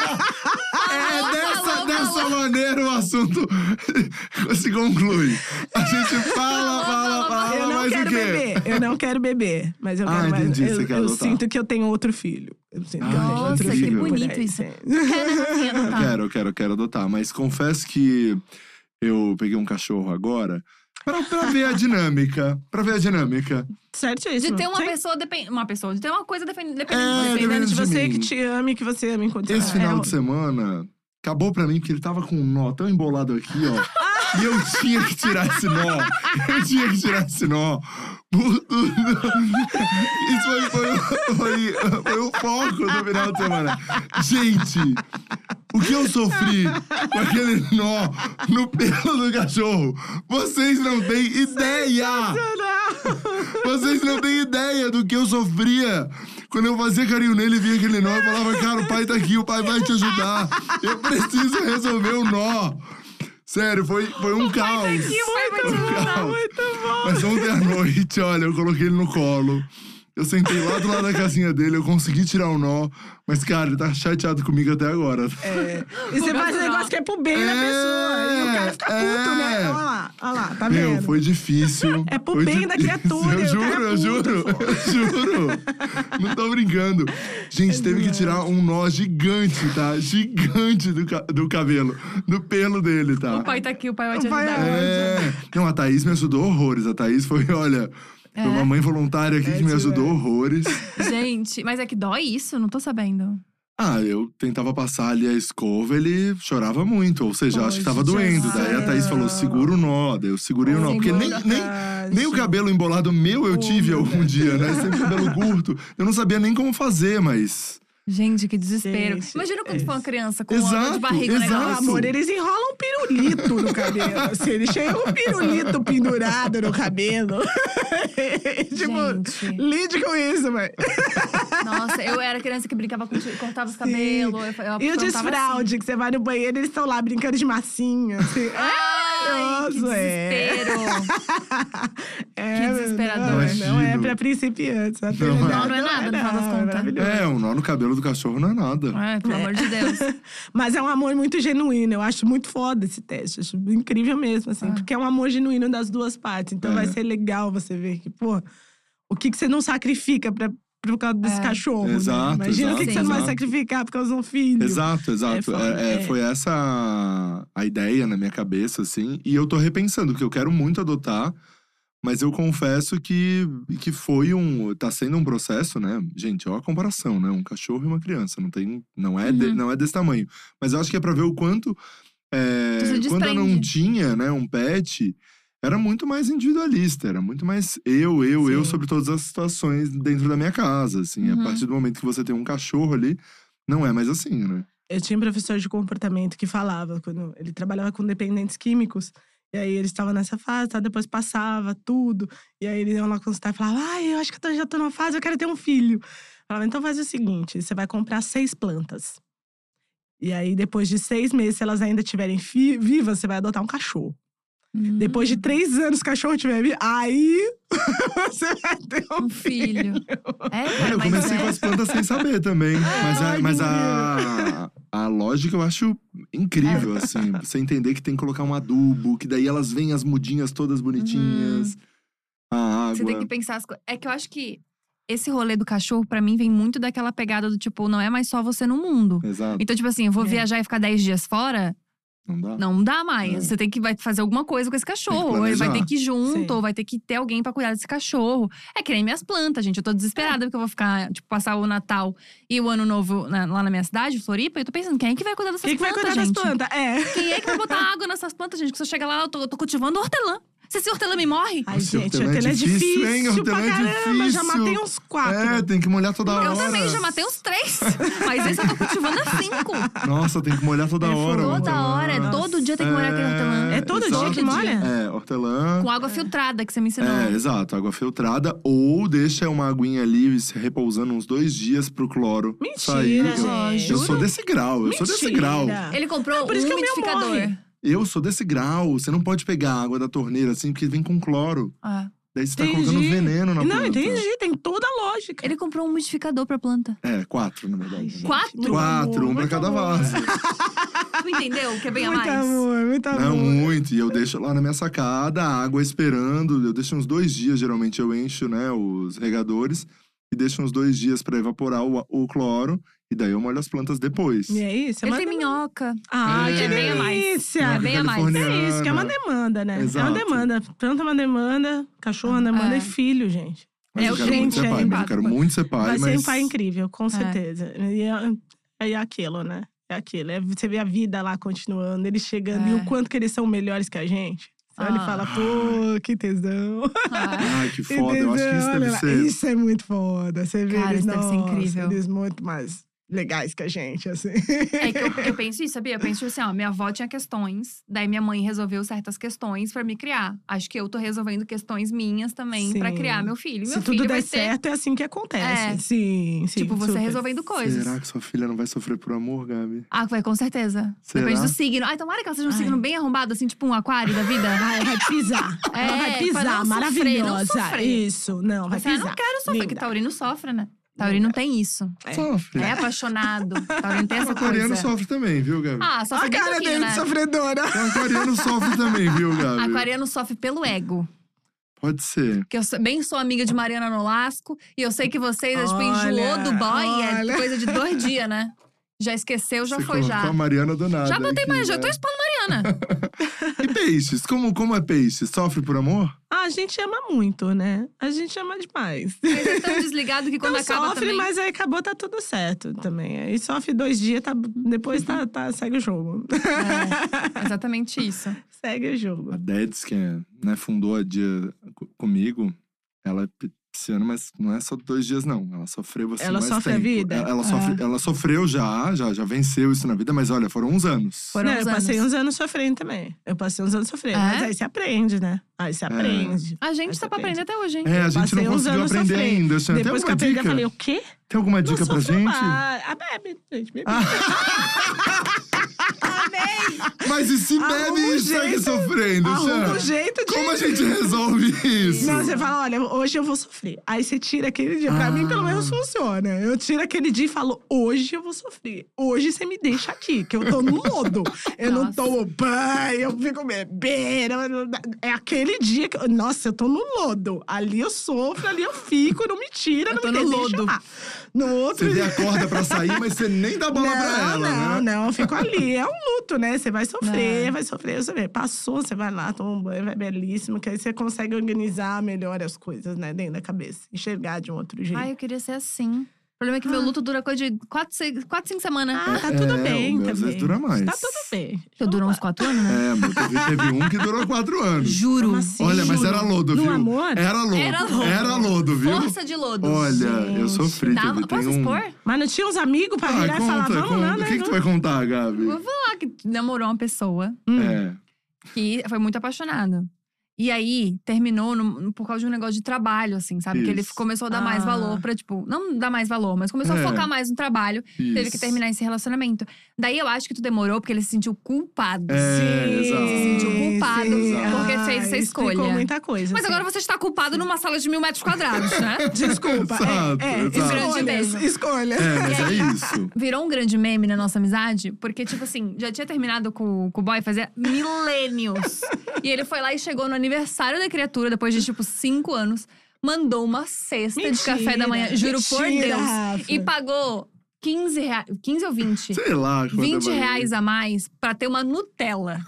Falou,
É dessa,
falou,
dessa
falou.
maneira o assunto se conclui. A gente fala, fala, fala,
Eu não
Ah, mas
quero
o quê?
beber. Eu não quero beber. Mas eu
Ah,
quero mais.
entendi,
Eu,
você quer
eu
adotar. Ah,
sinto que eu tenho outro filho. Eu sinto que eu tenho
Nossa,
outro
que
filho.
bonito
por aí,
isso.
sim.
Quer, né, Rafinha,
Eu
Tá.
adotar?
quero, eu quero, eu quero adotar. Mas confesso que eu peguei um cachorro agora pra, pra ver a dinâmica. Pra ver a dinâmica.
Certo isso.
De ter uma
Sim.
pessoa dependente. Uma pessoa, de ter uma coisa depen-
É,
dependente de você. né?
Dependendo de
de
você
mim.
que te ame, que você é ama enquanto
Esse final de semana acabou pra mim, porque ele tava com um nó tão embolado aqui, ó. e eu tinha que tirar esse nó. Eu tinha que tirar esse nó. Isso foi, foi, foi- foi o foco do final de semana. Gente, O que eu sofri com aquele nó no pelo do cachorro? Vocês não têm ideia! Vocês não têm ideia do que eu sofria. Quando eu fazia carinho nele, via aquele nó, eu falava, cara, o pai tá aqui, o pai vai te ajudar. Eu preciso resolver o nó. Sério, foi, foi um caos.
Muito
Um
bom,
caos.
muito bom.
Mas ontem à noite, olha, eu coloquei ele no colo. Eu sentei lá do lado da casinha dele, eu consegui tirar o nó. Mas, cara, ele tá chateado comigo até agora.
É.
E você faz um negócio que é pro bem da
É,
pessoa. E o cara fica puto,
é.
né? Olha lá, olha lá, tá vendo?
Meu, foi difícil.
É pro
Foi
bem da
difícil.
criatura,
Eu
eu
juro,
quero
eu
tudo,
juro, eu juro. Não tô brincando.
É
Gente, teve que tirar um nó gigante, tá? Gigante do, ca- do cabelo. Do pelo dele, tá?
O pai tá aqui, o pai vai te
O pai
ajudar.
É. Não, a Thaís me ajudou horrores. A Thaís foi, olha,
É?
foi uma mãe voluntária aqui que me ajudou horrores.
Gente, mas é que dói isso? Não tô sabendo.
Ah, eu tentava passar ali a escova, ele chorava muito. Ou seja, acho que tava
Poxa,
doendo. Daí a Thaís falou, segura o nó. Daí eu segurei o nó. Porque nem, nem, nem o cabelo embolado meu eu tive algum dia, né? Sempre cabelo curto. Eu não sabia nem como fazer, mas…
Gente, que desespero.
Gente,
Imagina quando for uma criança com um ano
Exato,
de barriga o
exato.
negócio.
Amor, eles enrolam um pirulito no cabelo. assim, eles chegam com um pirulito pendurado no cabelo. tipo,
Gente.
lide com isso, mãe.
Nossa, eu era criança que brincava com tio- cortava os cabelos. Eu, eu
E o
aprontava
desfraude,
assim.
que você vai no banheiro e eles estão lá brincando de massinha. Assim.
Ah, Ai, que
Maravilhoso, é.
desespero.
É,
Que desesperador.
Não, não é
Imagino.
pra principiantes. a
Não, não é
maternidade
nada, no final das contas.
maravilhoso.
É, um nó no cabelo do cachorro não é nada.
Ai, pelo amor de Deus.
Mas é um amor muito genuíno. Eu acho muito foda esse teste. Acho incrível mesmo,
Ah.
assim. Porque é um amor genuíno das duas partes. Então
É.
vai ser legal você ver que, pô, o que, que você não sacrifica pra, por causa
É.
desse cachorro. né?
Exato,
Imagina o que, que você
exato,
não vai
exato.
sacrificar por causa de um filho.
Exato, exato.
foda,
É, é,
é.
Foi essa a- a ideia na minha cabeça, assim. E eu tô repensando, que eu quero muito adotar. Mas eu confesso que, que foi um. Tá sendo um processo, né? Gente, ó a comparação, né? Um cachorro e uma criança. Não tem. Não é, de-
Uhum.
não é desse tamanho. Mas eu acho que é pra ver o quanto. é,
Tu se
quando eu não
desprende.
tinha, né, um pet, era muito mais individualista, era muito mais eu, eu, eu
Sim.
sobre todas as situações dentro da minha casa. Assim,
Uhum.
a partir do momento que você tem um cachorro ali, não é mais assim, né?
Eu tinha um professor de comportamento que falava, quando ele trabalhava com dependentes químicos, e aí ele estava nessa fase, tá? depois passava tudo, e aí ele ia lá consultar e falava: Ai, eu acho que eu tô- já tô numa fase, eu quero ter um filho. Eu falava: Então faz o seguinte, você vai comprar seis plantas. E aí, depois de seis meses, se elas ainda estiverem fi- vivas, você vai adotar um cachorro. Depois
Hum.
de três anos, o cachorro estiver vivo, aí você vai ter um
Um filho. É, cara,
Eu
mas
comecei
é.
com as plantas sem saber também. Mas, a,
ai,
mas
que
a, a lógica eu acho incrível,
É.
assim. Você entender que tem que colocar um adubo, que daí elas vêm as mudinhas todas bonitinhas. A
Uhum. Você
água.
tem que pensar as coisas. É que eu acho que esse rolê do cachorro, pra mim, vem muito daquela pegada do tipo, não é mais só você no mundo.
Exato.
Então, tipo assim, eu vou
É.
viajar e ficar 10 dias fora,
Não dá?
não dá mais.
É.
Você tem que vai fazer alguma coisa com esse
Tem que
cachorro. Ou ele vai
planejar.
ter que ir junto,
Sim.
ou vai ter que ter alguém pra cuidar desse cachorro. É que nem minhas plantas, gente. Eu tô desesperada
É.
porque eu vou ficar, tipo, passar o Natal e o Ano Novo na- lá na minha cidade, Floripa. E eu tô pensando, quem é que vai cuidar dessas
Quem que vai
plantas,
cuidar das
gente?
plantas? É.
Quem é que vai botar água nessas plantas, gente? Que se eu chegar lá, eu tô, eu tô cultivando hortelã. Se esse hortelã me morre,
Ai,
Nossa,
gente,
hortelã é
hortelã é
difícil,
difícil,
hein? Hortelã
pra
é
caramba. Já
difícil.
matei uns quatro.
É, tem que molhar toda hora.
eu também já matei uns três. Mas esse eu tô cultivando há cinco.
Nossa, tem que molhar toda
É,
hora.
Hortelã.
Toda hora, é todo dia tem que molhar aquele hortelã.
É todo
exato.
dia que molha?
É, hortelã.
Com água filtrada que você me ensinou.
né?
É, exato, água filtrada ou deixa uma aguinha ali se repousando uns dois dias pro cloro.
Mentira,
sair. Eu-
gente.
Eu sou desse grau, eu sou desse grau.
Mentira.
Ele comprou
É por
um
isso que o meu
umidificador.
morre.
Eu sou desse grau. Você não pode pegar a água da torneira assim, porque vem com cloro.
Ah,
Daí você tá
Entendi.
colocando veneno na
Não,
planta.
entendi. Tem toda a lógica.
ele comprou um umidificador pra planta.
É, quatro, na verdade.
gente,
Quatro?
muito
Quatro,
amor,
um pra
muito
cada
amor.
vaso.
Tu entendeu? Que é bem a
Muito
mais.
amor, muito amor.
Não, um. muito. E eu deixo lá na minha sacada, a água esperando. Eu deixo uns dois dias, geralmente eu encho, né, os regadores. E deixo uns dois dias pra evaporar o, o cloro. E daí eu molho as plantas depois.
E é aí, você
Ele é
manda...
tem minhoca.
Ah,
É.
que
É bem a mais.
delícia!
Uma
É bem a mais.
californiana.
É isso, que é uma demanda, né? É
Exato.
uma demanda. Planta é uma demanda, cachorro é uma demanda
É.
e filho, gente.
Mas
É,
eu
o
quero muito
gente,
ser
é
pai, mas eu
empático.
quero muito ser pai,
Vai
mas...
ser um pai incrível, com certeza. E é, é aquilo, né? É aquilo. É, você vê a vida lá continuando, eles chegando. E
É.
o quanto que eles são melhores que a gente. Você olha
Ah.
e fala, pô, que tesão.
Ah,
Ai, que foda. Eu acho que isso
Entendeu? Olha
deve
lá,
ser...
Isso é muito foda. Você vê
Cara,
eles,
isso deve ser
nossa,
incrível.
Eles muito mais legais que a gente, assim.
É que eu, eu penso isso, sabia? Eu penso tipo assim, ó, minha avó tinha questões, daí minha mãe resolveu certas questões pra me criar. Acho que eu tô resolvendo questões minhas também pra
Sim.
criar meu filho. Meu
Se
filho
tudo
vai
der
ter,
certo, é assim que acontece.
É.
Sim, sim.
tipo, você
super.
resolvendo coisas.
Será que sua filha não vai sofrer por amor, Gabi?
Ah, vai, com certeza.
Será?
Depende do signo. Ai, tomara que ela seja um
Ai.
signo bem arrombado, assim, tipo um aquário da vida.
Ai, vai pisar.
É,
Ela vai
pra
pisar,
não sofrer,
maravilhosa.
não sofrer.
Isso, não, vai
Assim, ah,
pisar.
não quero sofrer,
Linda.
que Taurino sofre, né? Taurino tem isso.
É.
Sofre.
É apaixonado. Taurino tem
o
essa
Né? aquariano
coisa.
sofre também, viu, Gabi?
Ah, sofre
Olha
bem
a cara
pouquinho,
dele é
né?
de sofredora.
O aquariano sofre também, viu, Gabi?
Aquariano sofre pelo ego.
Pode ser.
Porque eu sou- bem sou amiga de Mariana Nolasco. E eu sei que vocês, tipo, enjoou
Olha,
do boy.
olha.
É coisa de dois dias, né? Já esqueceu, já
Você
foi,
colocou
já.
a Mariana do nada.
Já botei
aqui,
mais, já
né?
tô expondo Mariana.
E peixes? Como, como é peixe? Sofre por amor?
Ah, a gente ama muito, né? A gente ama demais.
Vocês é tão desligado que quando
então
acaba
sofre,
também.
mas aí acabou, tá tudo certo também. Aí sofre dois dias, tá, depois tá, tá- segue o jogo.
É, exatamente isso.
segue o jogo.
A Deds, que é, né, fundou a Dia co- comigo, ela é pisciana, mas não é só dois dias, não. Ela sofreu assim
Ela
mais
sofre a
tempo.
vida? Ah.
Ela, ela sofre- ela sofreu já, já, já venceu isso na vida, mas olha, foram uns anos.
Foram
não,
uns
eu passei
anos.
uns anos sofrendo também. Eu passei uns anos sofrendo.
É?
Mas aí você aprende, né? Aí você aprende.
A gente tá pra aprender
Exatamente.
até hoje, hein?
É, a gente não
Passei uns
conseguiu
anos
aprender
sofrendo.
ainda. Assim, tem
Depois que eu
alguma
aprendi,
dica?
eu falei, o quê?
Tem alguma
Não
dica pra
sofro
gente?
mais. Ah, bebe, gente, bebe.
Mas e se
Arruma
bebe
um
e segue
jeito-
sofrendo,
Arruma
Xan?
um jeito de…
Como a gente resolve isso?
Não, você fala, olha, hoje eu vou sofrer. Aí você tira aquele dia. Pra
Ah.
mim, pelo menos, funciona. Eu tiro aquele dia e falo, hoje eu vou sofrer. Hoje você me deixa aqui, que eu tô no lodo. Eu não
Nossa.
tomo banho, eu fico bebendo. É aquele dia que… eu- Nossa, eu tô no lodo. Ali eu sofro, ali eu fico, não me tira, não
tô
me
no
deixa
lodo.
lá. No outro
Você
dia…
vê a corda pra sair, mas você nem dá bola pra
Não,
ela,
não,
né?
não, eu fico ali. É um luto, né? Você vai sofrer,
É.
vai sofrer, você vê. Passou, você vai lá, toma um banho, vai belíssimo, que aí você consegue organizar melhor as coisas, né? Dentro da cabeça, enxergar de um outro jeito.
Ai, eu queria ser assim. O problema é
Ah.
que meu luto dura coisa de 4, 5 semanas.
ah, tá tudo
É,
bem
o meu
também.
às vezes dura mais.
Tá tudo bem.
eu durou uns 4 anos, né?
É, mas teve- teve um que durou quatro anos.
Juro.
Como assim?
Olha, mas
Juro.
era lodo,
No
viu? É.
amor?
Era lodo.
Era lodo.
Era lodo, viu?
Força de lodo.
Olha, eu sofri.
Dá,
teve, tem
posso
um... Ah,
expor?
Mas não tinha uns amigos pra virar e falar, vamos lá,
conta.
né?
O que, que tu vai contar, Gabi?
Vou falar que namorou uma pessoa
Hum.
É.
que foi muito apaixonada. E aí, terminou no- no- por causa de um negócio de trabalho, assim, sabe? Que ele
Isso.
começou a dar mais
Ah.
valor pra, tipo, não dar mais valor, mas começou
É.
a focar mais no trabalho. Teve que
isso.
terminar esse relacionamento. Daí eu acho que tu demorou porque ele se sentiu culpado.
É, exato.
Se sentiu culpado porque
Ah,
fez essa
explicou
escolha.
muita coisa.
Mas
assim.
agora você está culpado numa sala de mil metros quadrados, né?
Desculpa.
Exato,
é, é,
exato.
Grande
escolhas,
beijo.
escolhas.
É, mas é isso.
Virou um grande meme na nossa amizade, porque, tipo assim, já tinha terminado com, com o boy fazia milênios. e ele foi lá e chegou no aniversário da criatura, depois de, tipo, cinco anos, mandou uma cesta de
Mentira,
café da manhã, juro por
mentira,
Deus.
Rafa.
E pagou 15 reais, 15 ou 20?
Sei lá. quanto
20
é mais.
reais a mais pra ter uma Nutella.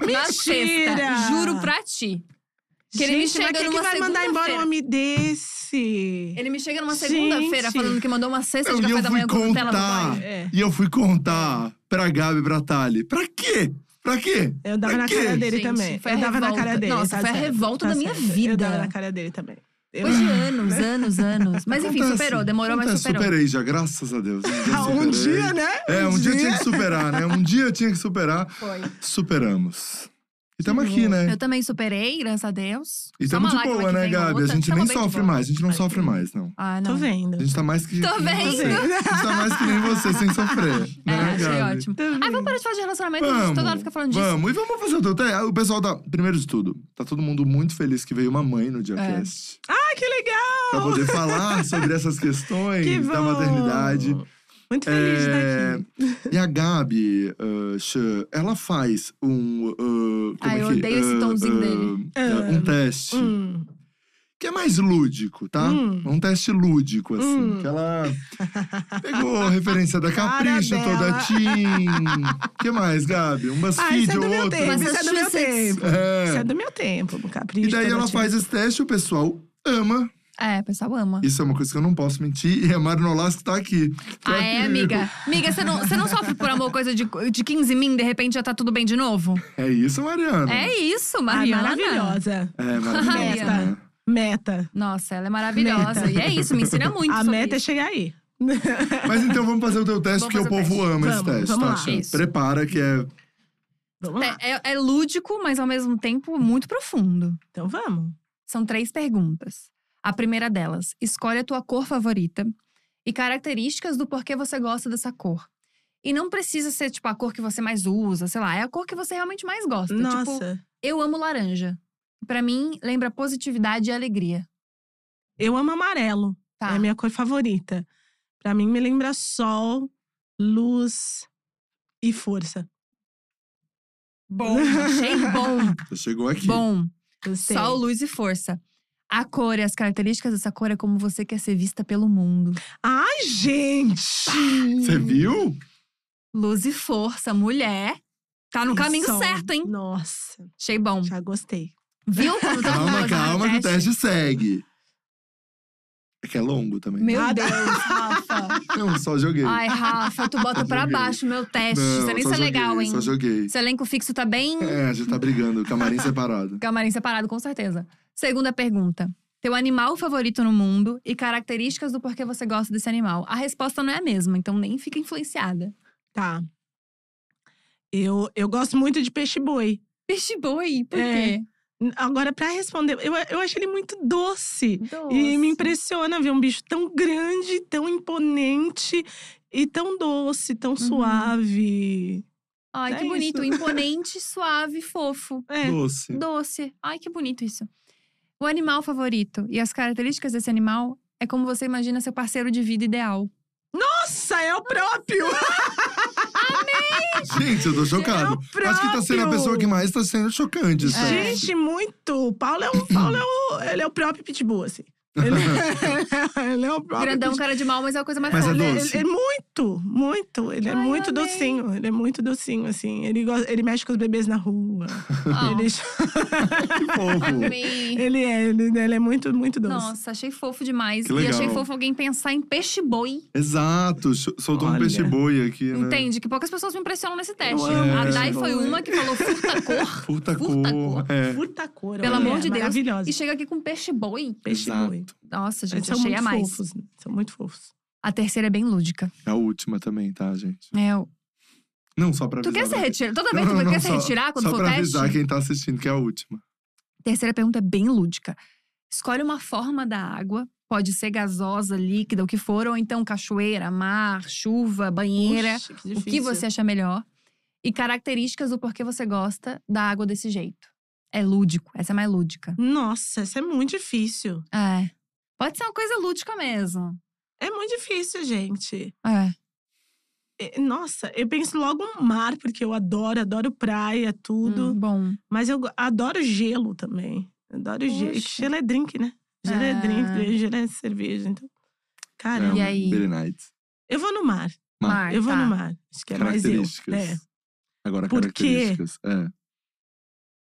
na
Mentira!
cesta, juro pra ti. Que ele me
Gente, mas
chega
quem que
numa
vai mandar embora um
segunda-feira.
homem desse?
Ele me chega numa
Gente!
segunda-feira falando que mandou uma cesta
Eu,
de café
e eu
da
fui
manhã com Nutella pro
contar.
boy.
É.
E eu fui contar pra Gabi e pra Thali. Pra quê? Pra quê?
Eu dava
Pra
na
quê?
cara dele
Gente,
também.
foi a
eu dava na
revolta.
cara dele.
Nossa,
tá
foi a
certo,
revolta
tá
da minha
certo. Eu
vida.
dava na cara dele também. Eu-
Depois de anos, anos, anos. Mas enfim,
Acontece,
superou. Demorou, mas
acontece,
superou.
Superei já, graças a Deus. Um dia,
Ah, um
superei.
dia, né?
É, um dia
dia.
tinha que superar, né? Um dia tinha que superar.
Foi.
Superamos. E estamos aqui, né?
Eu também superei, graças a Deus.
E
Só
estamos
uma
de
lágrima
boa,
que
né,
vem
Gabi?
outra.
A gente
Tamo
nem
bem de
sofre
boa.
mais, a gente não sofre mais, não.
Ah, não.
Tô vendo.
A gente tá mais que.
Tô
que nem
vendo.
você. A gente tá mais que nem você, sem sofrer.
É,
Né,
achei
Gabi?
ótimo.
Tô vendo.
Ah, vamos parar de falar de relacionamento, a gente
Vamos,
toda hora fica falando disso.
vamos. E vamos fazer outro. Até o pessoal tá. Primeiro de tudo, tá todo mundo muito feliz que veio uma mãe no Diacast.
É.
Ah, que
Pra
legal!
Ah!
poder falar sobre essas questões
Que
da
bom.
maternidade.
Muito feliz de
É,
estar aqui.
E a Gabi, ah, Xan, ela faz um. ah, como
Ah,
é
eu
que-
odeio esse
ah,
tomzinho
ah,
dele.
ah, Um teste.
Hum.
Que é mais lúdico, tá?
Hum.
É Um teste lúdico, assim.
Hum.
Que ela pegou a referência da
Cara
Capricho,
dela.
toda Tim. que mais, Gabi? Um
Ah, isso
BuzzFeed
é do
ou
meu
outro.
tempo. Isso é do meu
Massachusetts.
tempo. Isso é
É.
do meu tempo, capricho.
E daí ela
relativo.
faz esse teste, o pessoal ama.
É, o pessoal ama.
Isso é uma coisa que eu não posso mentir. E a Mari Nolasco tá aqui. Tá
Ah, é,
aqui.
amiga? Amiga, você não, você não sofre por amor coisa de, de 15 min, de repente já tá tudo bem de novo?
É isso, Mariana.
É isso,
Ai,
Mariana.
Ah, maravilhosa.
É maravilhosa,
Mariana.
né?
Meta.
Nossa, ela é maravilhosa.
Meta.
E é isso, me ensina muito
A
sobre
meta é
isso.
chegar aí.
Mas então vamos fazer o teu teste,
Vamos
porque o
fazer o
povo ama esse
Vamos,
teste,
vamos
tá?
lá.
Chan?
Isso.
Prepara que é.
Vamos lá.
É, é- é lúdico, mas ao mesmo tempo muito profundo.
Então vamos.
São três perguntas. A primeira delas: escolhe a tua cor favorita e características do porquê você gosta dessa cor. E não precisa ser, tipo, a cor que você mais usa, sei lá, é a cor que você realmente mais gosta. Tipo,
Nossa,
eu amo laranja. Pra mim, lembra positividade e alegria.
eu amo amarelo.
Tá.
É a minha cor favorita. Pra mim, me lembra sol, luz e força.
Bom, achei bom.
Você chegou aqui.
Bom.
Gostei.
Sol, luz e força. A cor e as características dessa cor é como você quer ser vista pelo mundo.
Ai, gente!
Você viu?
Luz e força, mulher. Tá no
E
caminho
sol.
certo, hein?
Nossa,
Achei bom.
já gostei.
Viu? como tá
Calma,
bom,
calma, que o
teste?
teste segue. É que é longo também.
Meu
Ah,
Deus, Rafa.
Não, só joguei.
Ai, Rafa, tu bota
Só
pra
joguei.
baixo o meu teste.
Não,
Isso nem
só
isso é
joguei,
legal, hein?
Só joguei.
Esse elenco fixo tá bem
É, a gente tá brigando, camarim separado.
Camarim separado, com certeza. Segunda pergunta. Teu animal favorito no mundo e características do porquê você gosta desse animal. A resposta não é a mesma, então nem fica influenciada.
Tá. Eu, eu gosto muito de peixe-boi.
Peixe boi, por
É.
quê?
N- Agora, pra responder, eu, eu acho ele muito doce.
Doce.
E me impressiona ver um bicho tão grande, tão imponente e tão doce,
Uhum.
tão suave.
Ai,
É
que bonito.
isso.
Imponente, suave, fofo.
É.
Doce.
Doce. Ai, que bonito isso. O animal favorito e as características desse animal é como você imagina seu parceiro de vida ideal.
Nossa, é o próprio!
Gente, eu tô
É
chocado.
o próprio!
Acho que tá sendo a pessoa que mais tá sendo chocante. isso é. aí.
Gente, muito! O Paulo é um. Paulo é o, ele é o próprio pitbull, assim. Ele, ele é o próprio.
Grandão,
pitbull.
cara de mal, mas é a coisa mais
Ah, Mas é
fofa.
Ele,
doce.
ele é muito, muito. Ele é
Ai,
muito
amei.
docinho. Ele é muito docinho, assim. Ele, gosta, ele mexe com os bebês na rua.
Ah,
Ele,
Que fofo.
amei.
ele é, ele, ele é muito, muito doce.
Nossa, achei fofo demais.
Que
E
legal.
achei fofo alguém pensar em peixe-boi.
Exato, cho- soltou um
Olha.
peixe-boi aqui, né?
Entende? Que poucas pessoas me impressionam nesse teste.
amo
a Dai
peixe-boi.
foi uma que falou furta cor.
Furta
Furta
cor.
cor.
É.
Furta cor.
Pelo
olha,
amor de Deus.
Maravilhosa.
E chega aqui com peixe-boi.
Peixe-boi.
Nossa,
Eles
gente,
são
achei a
muito
mais.
fofos. São muito fofos.
A terceira é bem lúdica.
É a última também, tá, gente?
É, o-
Não, só pra
tu
avisar.
quer se
né?
retirar? Toda
Não,
vez que
não,
tu
não,
quer se
só-
retirar quando
Só
for
pra
teste?
avisar quem tá assistindo que é a última.
Terceira pergunta é bem lúdica. Escolhe uma forma da água. Pode ser gasosa, líquida, o que for. Ou então cachoeira, mar, chuva, banheira.
Oxe,
o que
difícil.
você acha melhor. E características do porquê você gosta da água desse jeito. É lúdico. Essa é mais lúdica.
Nossa, isso é muito difícil.
É. Pode ser uma coisa lúdica mesmo.
É muito difícil, gente.
É.
E- É, Nossa, eu penso logo no mar, porque eu adoro, adoro praia, tudo.
Hum, bom.
Mas eu go- adoro gelo também. Adoro gelo.
Poxa. Ah.
Gelo é drink, né? Gelo é drink, gelo é cerveja. Então. Cara,
É,
E aí?
Billy Knight.
eu vou no mar.
Mar.
Mar,
Eu vou
tá.
no mar. Acho que é mais eu.
Características.
É.
Agora,
Por quê?
características. É.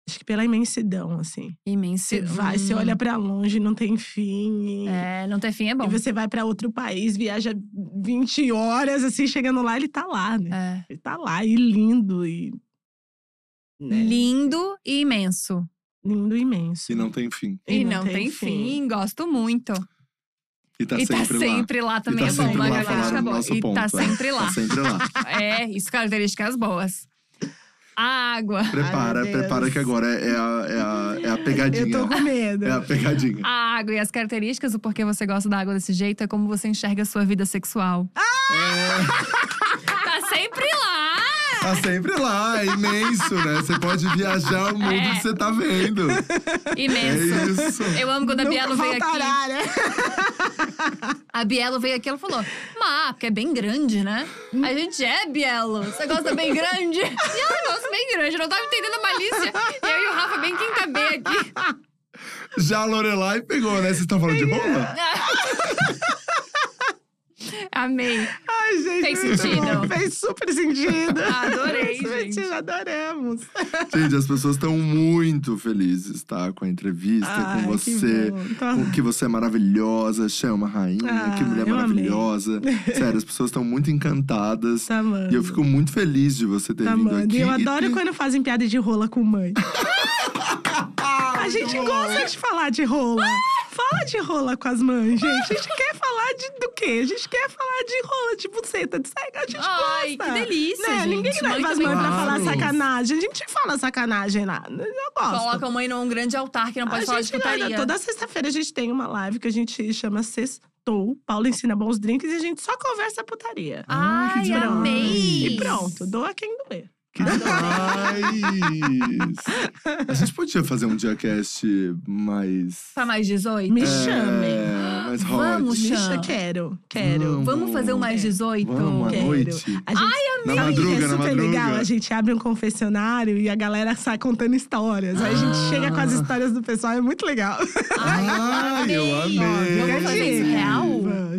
Acho que pela imensidão, assim.
Imenso.
Você vai, você
Hum.
olha pra longe, não tem fim. e-
É, não ter fim é bom.
E você vai pra outro país, viaja 20 horas, assim, chegando lá, ele tá lá, né?
É.
Ele tá lá, e lindo, e. né?
Lindo e imenso.
Lindo e imenso.
E não tem fim.
E, não, tem fim. gosto muito.
E tá
e tá
sempre lá.
sempre lá, também
e tá
é bom.
sempre
Vai
lá,
ver lá,
falaram
tá
do
bom.
nosso
E
ponto.
tá
é.
sempre lá.
Tá sempre lá.
É, isso, características boas. A água.
Prepara,
Deus.
prepara que agora é a, é a, é a pegadinha.
Eu tô com medo.
É a pegadinha.
A água e as características do porquê você gosta da água desse jeito é como você enxerga a sua vida sexual.
Ah!
Tá sempre lá!
Tá sempre lá, é imenso, né? Você pode viajar o mundo
É.
que você tá vendo. É
Imenso.
isso.
Eu amo quando a
Nunca
Bielo veio aqui.
faltará, né?
A Bielo veio aqui, ela falou: Má, porque é bem grande, né? A gente é Bielo. Você gosta bem grande? E ela gosta bem grande, eu não tava entendendo a malícia. Eu e o Rafa, bem quinta B aqui.
Já a Lorelai pegou, né? Vocês estão falando de rola?
Amei.
Ai, gente.
Fez
muito
sentido.
bom. Fez super sentido.
Adorei,
Fez super
gente.
sentido, adoramos.
Gente, as pessoas estão muito felizes, tá? Com a entrevista, com
Ai, que
você.
bom. Tô-
Com que você é maravilhosa, chama rainha,
Ah,
que mulher
eu amei.
maravilhosa. Sério, as pessoas estão muito encantadas.
Tá, mano.
E eu fico muito feliz de você ter
Tá,
vindo
mano.
aqui.
E eu
e
adoro
ter-
quando fazem piada de rola com mãe. A gente gosta de falar de rola. fala de rola com as mães, gente. A gente quer falar de, do quê? A gente quer falar de rola de buceta, de sexo. A gente
Ai,
gosta.
que delícia,
Né?
gente.
Ninguém
Mãe
leva as
também
mães pra
gosta.
falar sacanagem. A gente fala sacanagem lá. Eu gosto.
Coloca a mãe num grande altar que tá não pode
a
falar de
gente nada.
putaria.
Toda sexta-feira a gente tem uma live que a gente chama Sextou. Paulo ensina bons drinks e a gente só conversa putaria.
Ai, que
Ai,
demais.
amei!
E pronto, doa quem doer.
Que demais! A gente podia fazer um diacast mais.
Pra mais 18?
Tá, Me
é,
chamem.
mais hot.
Vamos,
Micha,
Chan.
quero, quero.
Vamos fazer um
É.
mais 18?
Vamos à
Quero.
noite.
A gente, Ai,
amei. Na madruga,
é
na
super
madruga.
legal. A gente abre um confessionário e a galera sai contando histórias. Aí a gente chega com as histórias do pessoal, é muito legal.
Ai, eu
amei.
amei!
Vamos fazer isso
Sim.
real?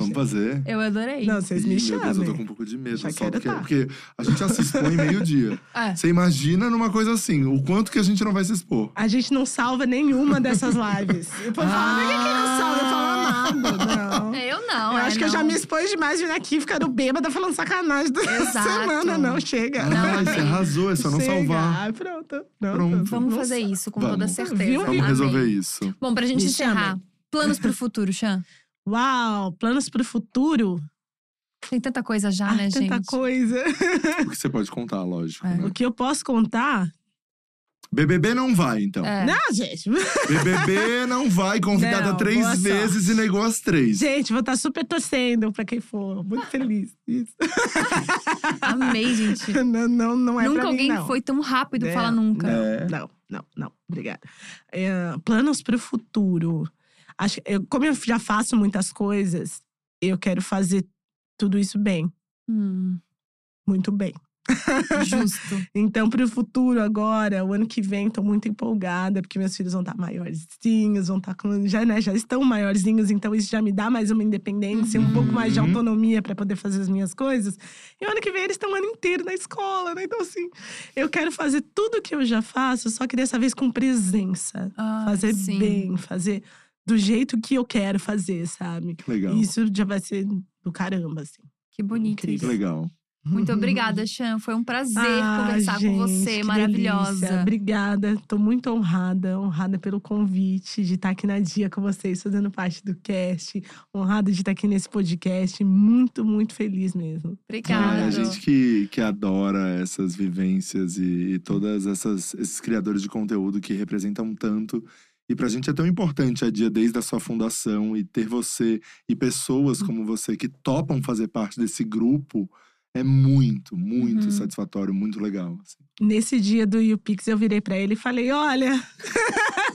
Vamos fazer.
Eu adorei.
Não, vocês
Ih,
me
meu Deus, eu tô com um
chamem.
pouco de medo.
Já
Só
quero
porque,
tá.
porque a gente já se expõe meio-dia.
É.
Você imagina numa coisa assim, o quanto que a gente não vai se expor.
A gente não salva nenhuma dessas lives. E o povo fala, por que, que não salva? Eu falo, amado, não.
Eu não.
Eu
é,
acho que eu
não.
já me expus demais vindo aqui, ficando bêbada, falando sacanagem toda
Exato.
semana. Não, chega.
Ai, você arrasou, é só não
Chega.
salvar.
Ai, pronto. pronto.
Pronto.
Vamos
Não
fazer
sa-
isso, com
Vamos.
toda certeza.
Viu?
Vamos
Amei.
resolver isso.
Bom, pra gente
Me
encerrar.
chamem.
Planos pro futuro, Chan.
Uau, planos pro futuro?
Tem tanta coisa já,
Ah,
né, gente?
tanta coisa.
O que você pode contar, lógico,
É.
né?
O que eu posso contar?
BBB não vai, então.
É.
Não, gente.
BBB não vai, convidada
Não, boa
três vezes e negou as três.
Gente, vou estar super torcendo pra quem for. Muito feliz. Isso.
Amei, gente.
Não, não, não é
nunca
pra mim,
alguém
não.
foi tão rápido pra
Não,
falar nunca.
É.
Não, não, não. Obrigada. É, planos para o futuro. Acho, que eu, como eu já faço muitas coisas, eu quero fazer tudo isso bem,
Hum,
muito bem.
justo.
Então, para o futuro agora, o ano que vem, tô muito empolgada, porque meus filhos vão estar maiorzinhos, vão estar com. Já, né, já estão maiorzinhos, então isso já me dá mais uma independência, um pouco mais de
Uhum.
autonomia para poder fazer as minhas coisas. E o ano que vem eles estão o ano inteiro na escola, né? Então, assim, eu quero fazer tudo que eu já faço, só que dessa vez com presença.
Ah,
fazer
sim.
bem, fazer do jeito que eu quero fazer, sabe?
Que legal.
Isso já vai ser do caramba, assim.
Que bonito
Que
isso.
legal.
Muito obrigada, Chan. Foi um prazer
Uhum. Ah,
conversar
gente,
com você,
que
maravilhosa.
delícia. Obrigada, tô muito honrada, honrada pelo convite de estar aqui na dia com vocês, fazendo parte do cast, honrada de estar aqui nesse podcast, muito, muito feliz
Ai,
mesmo.
Obrigada.
Né, a
Ah,
gente que, que adora essas vivências e, e todas essas esses criadores de conteúdo que representam tanto. E pra gente é tão importante a dia desde a sua fundação e ter você e pessoas como você que topam fazer parte desse grupo é muito, muito
Uhum.
satisfatório, muito legal. assim.
Nesse dia do YouPix, eu virei pra ele e falei: Olha,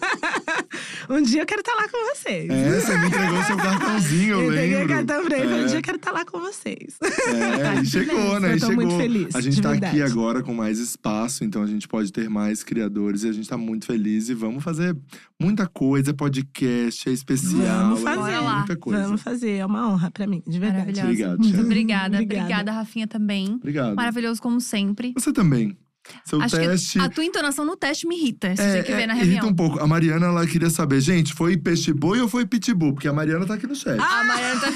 um dia eu quero estar lá com vocês.
É, você me entregou seu cartãozinho, eu,
Eu peguei o
lembro.
cartão pra ele e falei:
É.
um dia eu quero estar lá com vocês.
É, e chegou, né?
Eu
E
tô
chegou.
muito feliz,
a gente
de
tá
verdade.
aqui agora com mais espaço, então a gente pode ter mais criadores e a gente tá muito feliz e vamos fazer muita coisa, é podcast, é especial,
Vamos fazer.
é
Bora lá.
muita coisa.
Vamos fazer, é uma honra pra mim, de verdade.
Maravilhosa.
Obrigado,
Muito
Chan.
obrigada.
Obrigada.
Obrigada, Rafinha, também.
Obrigado.
Maravilhoso como sempre.
Você também. Seu
Acho
teste
que a tua entonação no teste me irrita. Você
é,
tinha que ver na
é, irrita
reunião.
um pouco. A Mariana ela queria saber, gente, foi peixe boi ou foi pitbull? Porque a Mariana tá aqui no chat.
Ah,
A Mariana tá...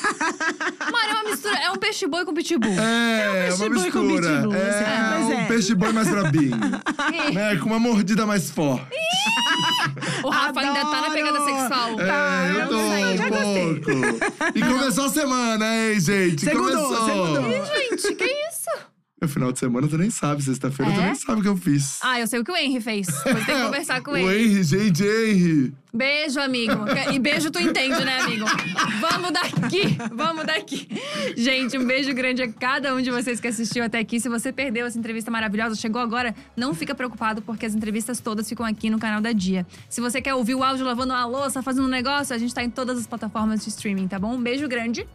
Mano, é uma mistura. É um peixe boi com pitbull.
É, é
um peixe
uma
boi com
mistura.
pitbull, assim,
é,
mas
um
é.
peixe boi mais brabinho. né, com uma mordida mais forte.
É. O Rafa ainda tá na pegada
Adoro.
sexual.
É, eu
eu
tô
não sei, já gostei.
um pouco. E começou a semana, hein, gente?
Segundou,
começou.
segundou.
Gente, que isso?
No final de semana tu nem sabe, sexta-feira tu
É?
nem sabe o que eu fiz.
Ah, eu sei o que o Henry fez. Vou ter que conversar com
o
ele.
Henry, gente, Henry.
Beijo, amigo. E beijo tu entende, né, amigo? Vamos daqui, vamos daqui. Gente, um beijo grande a cada um de vocês que assistiu até aqui. Se você perdeu essa entrevista maravilhosa, chegou agora, não fica preocupado, porque as entrevistas todas ficam aqui no canal da Dia. Se você quer ouvir o áudio lavando uma louça, fazendo um negócio, a gente tá em todas as plataformas de streaming, tá bom? Um beijo grande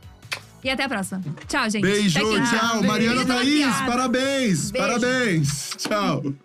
e até a próxima. Tchau, gente.
Beijo,
Até Então
tchau.
quinta.
Mariana
Beijo,
Thaís,
piada.
parabéns,
Beijo.
parabéns. Tchau.